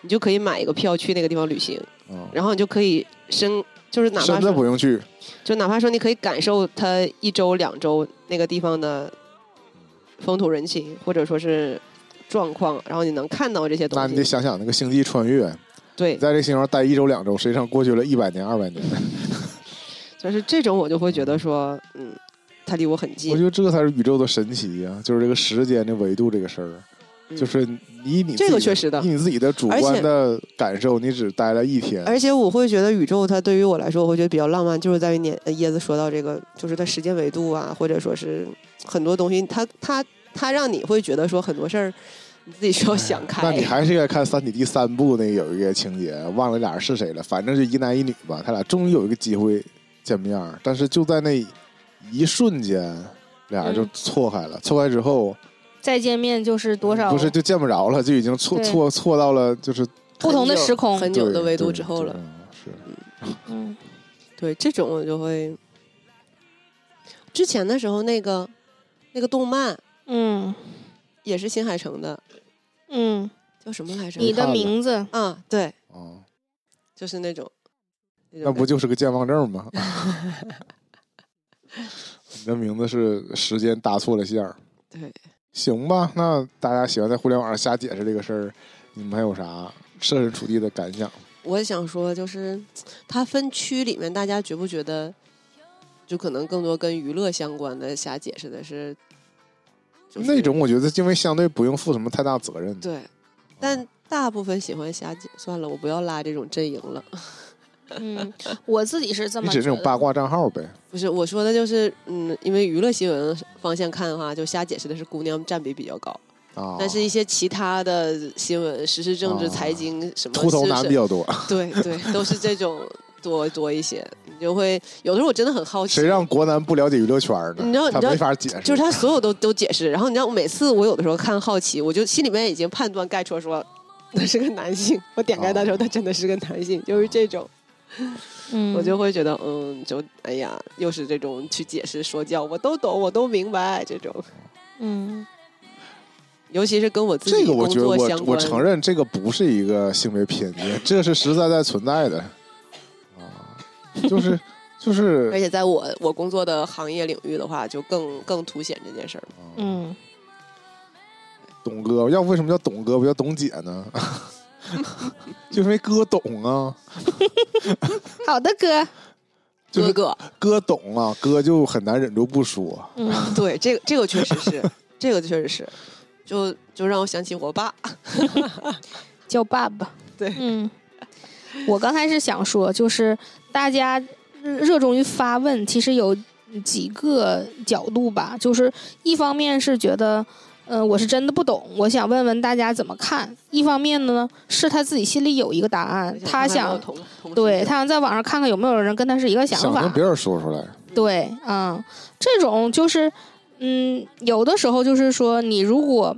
C: 你就可以买一个票去那个地方旅行，
A: 嗯，
C: 然后你就可以深就是哪怕
A: 深圳
C: 说
A: 不用去，
C: 就哪怕说你可以感受它一周两周那个地方的风土人情，或者说是状况，然后你能看到这些
A: 那
C: 东
A: 你得
C: 西。
A: 想想那个星际穿越，
C: 对
A: 你，在这个星球上待一周两周，实际上过去了一百年二百年，
C: 就是这种我就会觉得说，嗯，它离我很
A: 我觉
C: 近。
A: 得这才是宇宙的神奇呀、就是这个时间的维度这个事儿。
C: 嗯
A: 就是以你
C: 这个
A: 自己
C: 确实的
A: 以你自己的主
C: 而
A: 观
C: 且
A: 的感受，你只待了一天，
C: 而且我会觉得宇宙它对于我来说，我会觉得比较浪漫，就是在于年呃椰子说到这个，就是它时间维度啊，或者说是很多东西，它它它让你会觉得说很多事儿你自己需要想开。
A: 哎那你还是应该看《三体》第三部那个有一个情节，忘了俩人是谁了，反正就一男一女吧，他俩终于有一个机会见面儿，但是就在那一瞬间，俩人就
B: 嗯
A: 错开了。错开之后，
B: 再见面就是多
A: 嗯
B: 少
A: 不是就见不着了，就已经错
B: 对
A: 错错到了，就是
B: 不同的时空。
C: 很久
A: 对
C: 的维度
A: 对
C: 之后
A: 对
C: 了，
A: 嗯是
B: 嗯
C: 对这种我就会。之前的时候，那个那个动漫
B: 嗯
C: 也是新海诚的，
B: 嗯，
C: 叫什么来着？
B: 你
A: 看
B: 的
A: 了
B: 名字
C: 啊，对，
A: 啊，
C: 就是那种，那
A: 那
C: 种
A: 不就是个健忘症 吗？你的名字是时间搭错了线儿。
C: 感觉对，
A: 行吧，那大家喜欢在互联网上瞎解释这个事儿，你们还有啥设身处地的感想？
C: 我想说就是，它分区里面，大家觉不觉得就可能更多跟娱乐相关的瞎解释的是，就是
A: 那种我哦觉得因为相对不用负什么太大责任。
C: 对，但大部分喜欢瞎解，算了，我不要拉这种阵营了。
B: 嗯，我自己是这
A: 你
B: 么
A: 指
B: 觉
A: 那种
B: 得
A: 八卦账号呗？
C: 不是我说的，就是嗯，因为娱乐新闻方向看的话，就瞎解释的是姑娘占比比较高，
A: 啊，
C: 但是一些其他的新闻、时事、政治、
A: 啊
C: 财经什么，
A: 秃头
C: 是
A: 男
C: 是
A: 比较多，
C: 对对，都是这种多多一些，你就会有的时候我真的很好奇
A: 谁，让国男不了解娱乐圈呢？
C: 你知道你
A: 他
C: 知道
A: 没法解释。
C: 就是他所有都都解释，然后你知道每次我有的时候看好奇，我就心里面已经判断概括说那是个男性，我点开的时候
A: 哦
C: 他真的是个男性，就是这种，
B: 嗯，
C: 我就会觉得嗯，就哎呀，又是这种去解释说教，我都懂，我都明白这种，
B: 嗯
C: 尤其是跟我自
A: 这
C: 己
A: 个
C: 工
A: 我觉得
C: 作
A: 我
C: 相
A: 我
C: 关，
A: 承认这个不是一个性别偏见，这是实在在存在的啊，就是 就是
C: 而且在我我工作的行业领域的话，就更更凸显这件事儿。
B: 嗯，
A: 啊董哥，要不为什么叫董哥不叫董姐呢？ 就因为哥懂啊，
B: 好的 哥，
A: 就是
C: 哥哥，
A: 哥懂啊，哥就很难忍住不说。
B: 嗯
C: 对，这个这个确实是，这个确实是，就就让我想起我爸，
B: 叫爸爸。
C: 对
B: 嗯，我刚才是想说，就是大家热衷于发问，其实有几个角度吧，就是一方面是觉得。嗯、我是真的不懂，我想问问大家怎么看。一方面呢，是他自己心里有一个答案，他想，
C: 同同
B: 对
C: 时
B: 他想在网上看看有没有人跟他是一个
A: 想
B: 法。
A: 跟别人说出来，
B: 对，嗯，这种就是，嗯，有的时候就是说，你如果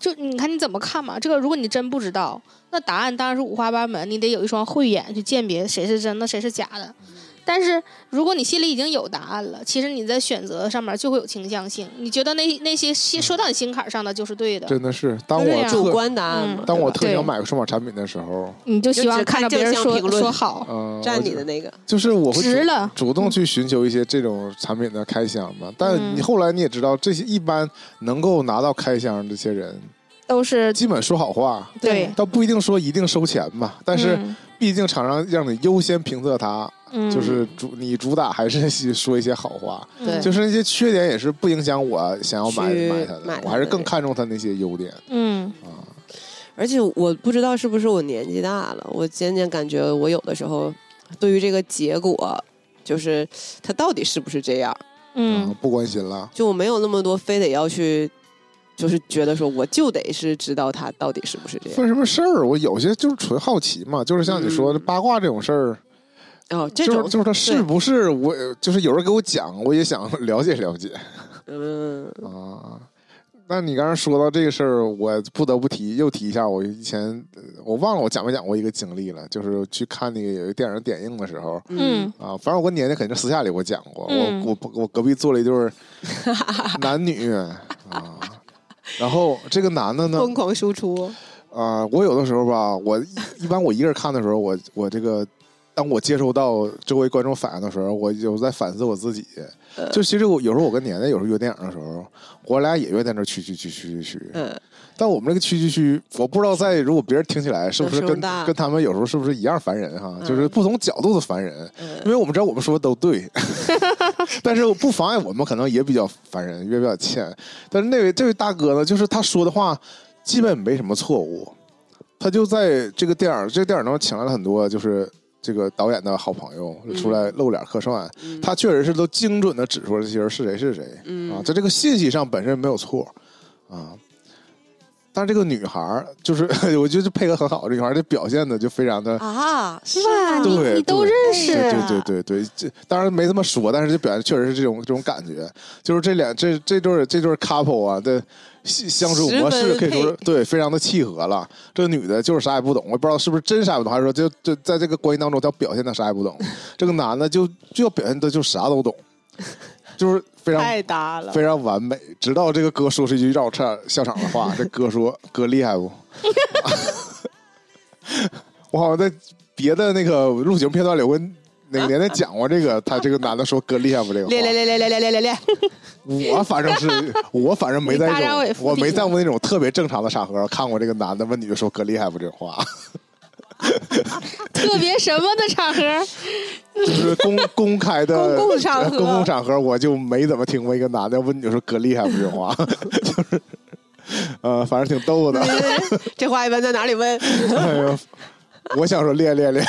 B: 就你看你怎么看嘛，这个如果你真不知道，那答案当然是五花八门，你得有一双慧眼去鉴别谁是真的，谁是假的。
A: 嗯
B: 但是如果你心里已经有答案了，其实你在选择上面就会有倾向性，你觉得那那些
A: 嗯
B: 心说到你心坎儿上的就是对的，
A: 真的是当
B: 就这
A: 我
B: 样
C: 主
A: 特
C: 观答案嘛
B: 嗯，
A: 当我
C: 对
A: 特
C: 吧
B: 对
A: 想买个数码产品的时候，
B: 你就希
C: 就
B: 望
C: 只
B: 看
C: 看
B: 着别人
C: 正向
B: 说
C: 评论
B: 说好，
A: 嗯、我
C: 占你
A: 就
C: 的那个，
A: 就是我会
B: 值了。
A: 主动去寻求一些这种产品的开箱嘛。但你
B: 嗯
A: 后来你也知道，这些一般能够拿到开箱的这些人，
B: 都是
A: 基本说好话，
B: 对，
A: 倒不一定说一定收钱吧，但是
B: 嗯
A: 毕竟厂商让你优先评测它，
B: 嗯
A: 就是主你主打还是去说一些好话，
C: 对
B: 嗯
A: 就是那些缺点也是不影响我想要买
C: 去
A: 买它的
C: 买，它
A: 我还是
C: 的
A: 更看重它那些优点
B: 嗯
A: 啊。
C: 而且我不知道是不是我年纪大了，我渐渐感觉我有的时候对于这个结果，就是它到底是不是这样，
A: 啊
B: 嗯
A: 不关心了，
C: 就我没有那么多非得要去，就是觉得说我就得是知道它到底是不是这样。
A: 分什么事儿？我有些就是纯好奇嘛，就是像你说的
C: 嗯
A: 八卦这种事儿，
C: 哦，这
A: 就是
C: 种
A: 就是它是
C: 对
A: 不是我就是有人给我讲，我也想 了解了解
C: 嗯，
A: 啊。那你刚才说到这个事儿，我不得不提，又提一下。我以前呃我忘了我讲没讲过一个经历了，就是去看那个有一个电影点映的时候，
B: 嗯
A: 啊，反正我跟年年肯定私下里我讲过，
B: 嗯
A: 我我我隔壁坐了一 对儿男女啊，然后这个男的呢，
C: 疯狂输出，
A: 啊，我有的时候吧，我一一般我一个人看的时候，我我这个当我接收到周围观众反应的时候，我有在反思我自己。
C: 嗯
A: 就其实我有时候我跟年年有时候约电影的时候，我俩也约在那儿去去去去去去，
C: 嗯，
A: 但我们这个区区区，我不知道在如果别人听起来是不是
C: 有声
A: 跟
C: 大
A: 跟他们有时候是不是一样烦人哈？
C: 嗯
A: 就是不同角度的烦人，因为我们知道我们说的都 对，但是不妨碍我们可能也比较烦人，也比较欠。但是那位这位大哥呢，就是他说的话基本没什么错误，他就在这个电影这个电影中请来了很多就是。这个导演的好朋友出来露脸客串，
C: 嗯
A: 他确实是都精准的指出了这些人是谁是谁，
C: 嗯
A: 啊，在这个信息上本身没有错啊，但是这个女孩儿就是 我觉得就配合很好，这女孩儿的表现的就非常的，
C: 啊，是
B: 哇，
C: 啊
B: 你
A: 对
B: 你都
A: 对
B: 认
A: 对
B: 识
C: 啊
A: 对对对对，这当然没这么说，但是这表现确实是这种这种感觉，就是这两这这对儿这对儿 couple 啊的相相处
C: 十
A: 模式
C: 分
A: 可以说
C: 配
A: 是对非常的契合了。这女的就是啥也不懂，我也不知道是不是真啥也不懂，还是说就就在这个关系当中她表现的啥也不懂，这个男的就就要表现的就啥都懂，就是非常
C: 太搭了，
A: 非常完美。直到这个哥说出一句让我差点笑场的话，这哥说：“哥厉害不？” 我好像在别的那个录节目片段里，我跟哪个年代讲过这个，他这个男的说“哥厉害不”这个话。
C: 啊练练练练练练练练练，
A: 我反正是我反正没在
B: 你大张
A: 那
B: 伟
A: 种，
B: 附体
A: 我没在过那种特别正常的场合看过这个男的问女的说“哥厉害不”这种话。
B: 特别什么的场合，
A: 就是公公开的
C: 公共场合
A: 呃公共场合我就没怎么听过一个男的问你说哥厉害不这种话， 就是呃，反正挺逗的。
C: 这话一般在哪里问？
A: 哎呦，我想说练 练练。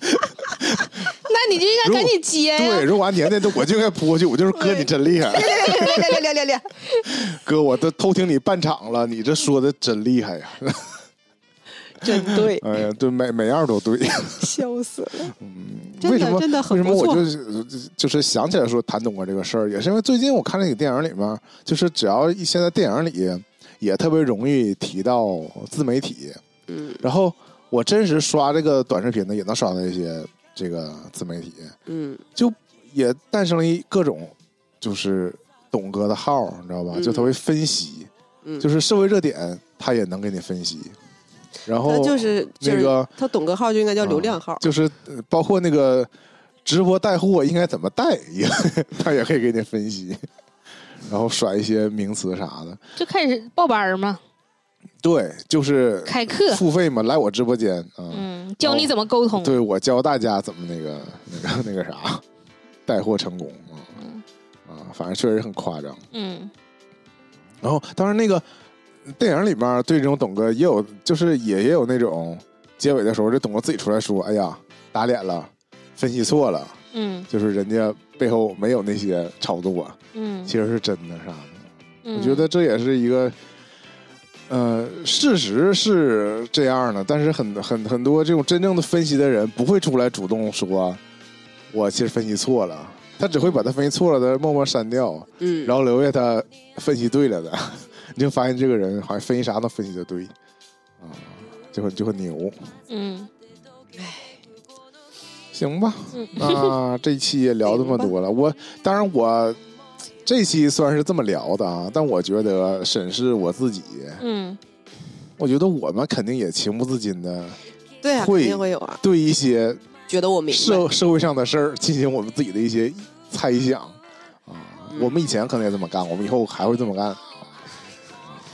B: 那你就应该赶紧接呀、
A: 对，如果按年代都，我就应该扑过去。我就是哥，你真厉害，
C: 练练练练练，
A: 哥，我都偷听你半场了，你这说的真厉 害呀！
C: 真对，
A: 哎呀，对，每每样都对。
C: 笑死了。真的
A: 嗯 为什么
C: 真的很
A: 为什么
C: 不
A: 我
C: 错
A: 就是就是想起来说谭董哥这个事儿，也是因为最近我看那个电影里面，就是只要一现在电影里也特别容易提到自媒体，
C: 嗯
A: 然后我真实刷这个短视频呢，也能刷到一些这个自媒体，
C: 嗯，
A: 就也诞生了一各种就是董哥的号，你知道吧？
C: 嗯
A: 就他会分析，
C: 嗯
A: 就是社会热点他也能给你分析，然
C: 他
A: 后
C: 就是就
A: 那
C: 是
A: 个
C: 他董哥号就应该叫流量号
A: 啊，就是呃包括那个直播带货应该怎么带，也 他也可以给你分析，然后甩一些名词啥的。
B: 就开始报班儿嘛，
A: 对，就是
B: 开课，
A: 付费嘛，来我直播间啊，
B: 嗯，教你怎么沟通。
A: 对我教大家怎么那个那个那个啥带货成功啊啊，反正确实很夸张。
B: 嗯，
A: 然后当然那个电影里面对这种董哥也有，就是也也有那种结尾的时候，这董哥自己出来说：“哎呀，打脸了，分析错了。”
B: 嗯
A: 就是人家背后没有那些炒作，
B: 嗯
A: 其实是真的啥的。
B: 嗯，
A: 我觉得这也是一个，呃，事实是这样的，但是很很很多这种真正的分析的人不会出来主动说，我其实分析错了，他只会把他分析错了的默默删掉，
C: 嗯，
A: 然后留下他分析对了的， 你就发现这个人好像分析啥都分析的对，啊，就很就很牛。
B: 嗯，
A: 行吧
B: 嗯，
A: 那这期也聊这么多了。我当然我这期虽然是这么聊的啊，但我觉得审视我自己，
B: 嗯，
A: 我觉得我们肯定也情不自禁的
C: 对啊，肯
A: 会
C: 定会有啊。
A: 对一些
C: 觉得我明白，
A: 社社会上的事儿进行我们自己的一些猜想啊。我们以前可能也这么干，我们以后还会这么干。啊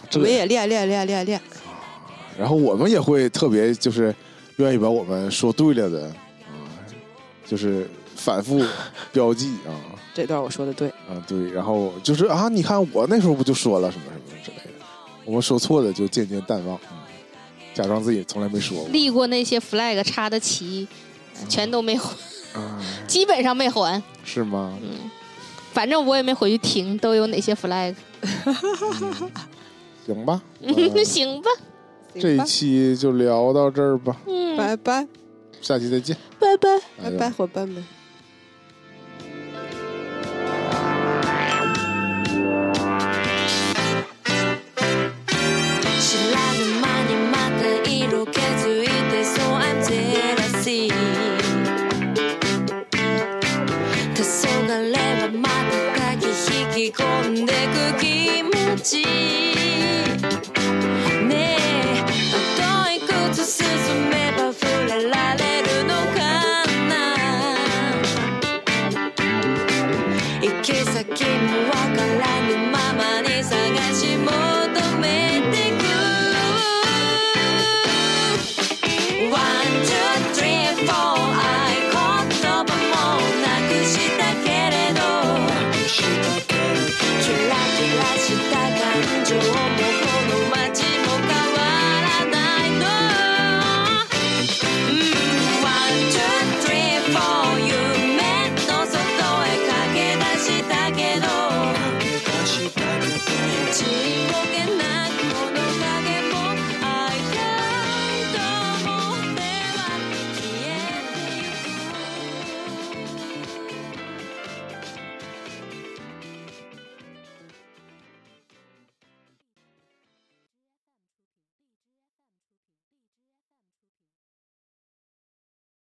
C: 我
A: 这
C: 们
A: 个
C: 也练练练练练，
A: 然后我们也会特别就是愿意把我们说对了的啊，就是反复标记啊。
C: 这段我说的对，
A: 嗯，对，然后就是啊，你看我那时候不就说了什么什么之类的，我们说错的就渐渐淡忘，嗯假装自己从来没说过。
B: 立过那些 flag 插的旗，全都没还，
A: 啊，
B: 基本上没还。
A: 是吗？
B: 反正我也没回去听，都有哪些 flag。
A: 行吧，
B: 那
A: 呃
B: 行吧，
A: 这一期就聊到这儿吧，
B: 嗯，
C: 拜拜
A: 下期再见，
C: 拜拜
A: 哎
C: 拜
A: 呦
C: 拜，伙伴们。
D: 知らぬ間にまた色気づいて So I'm jealousy 黄昏はまたかき引き込んでく気持ちねえ遠い靴進めば触れられるのかな行き先もわからぬままに探し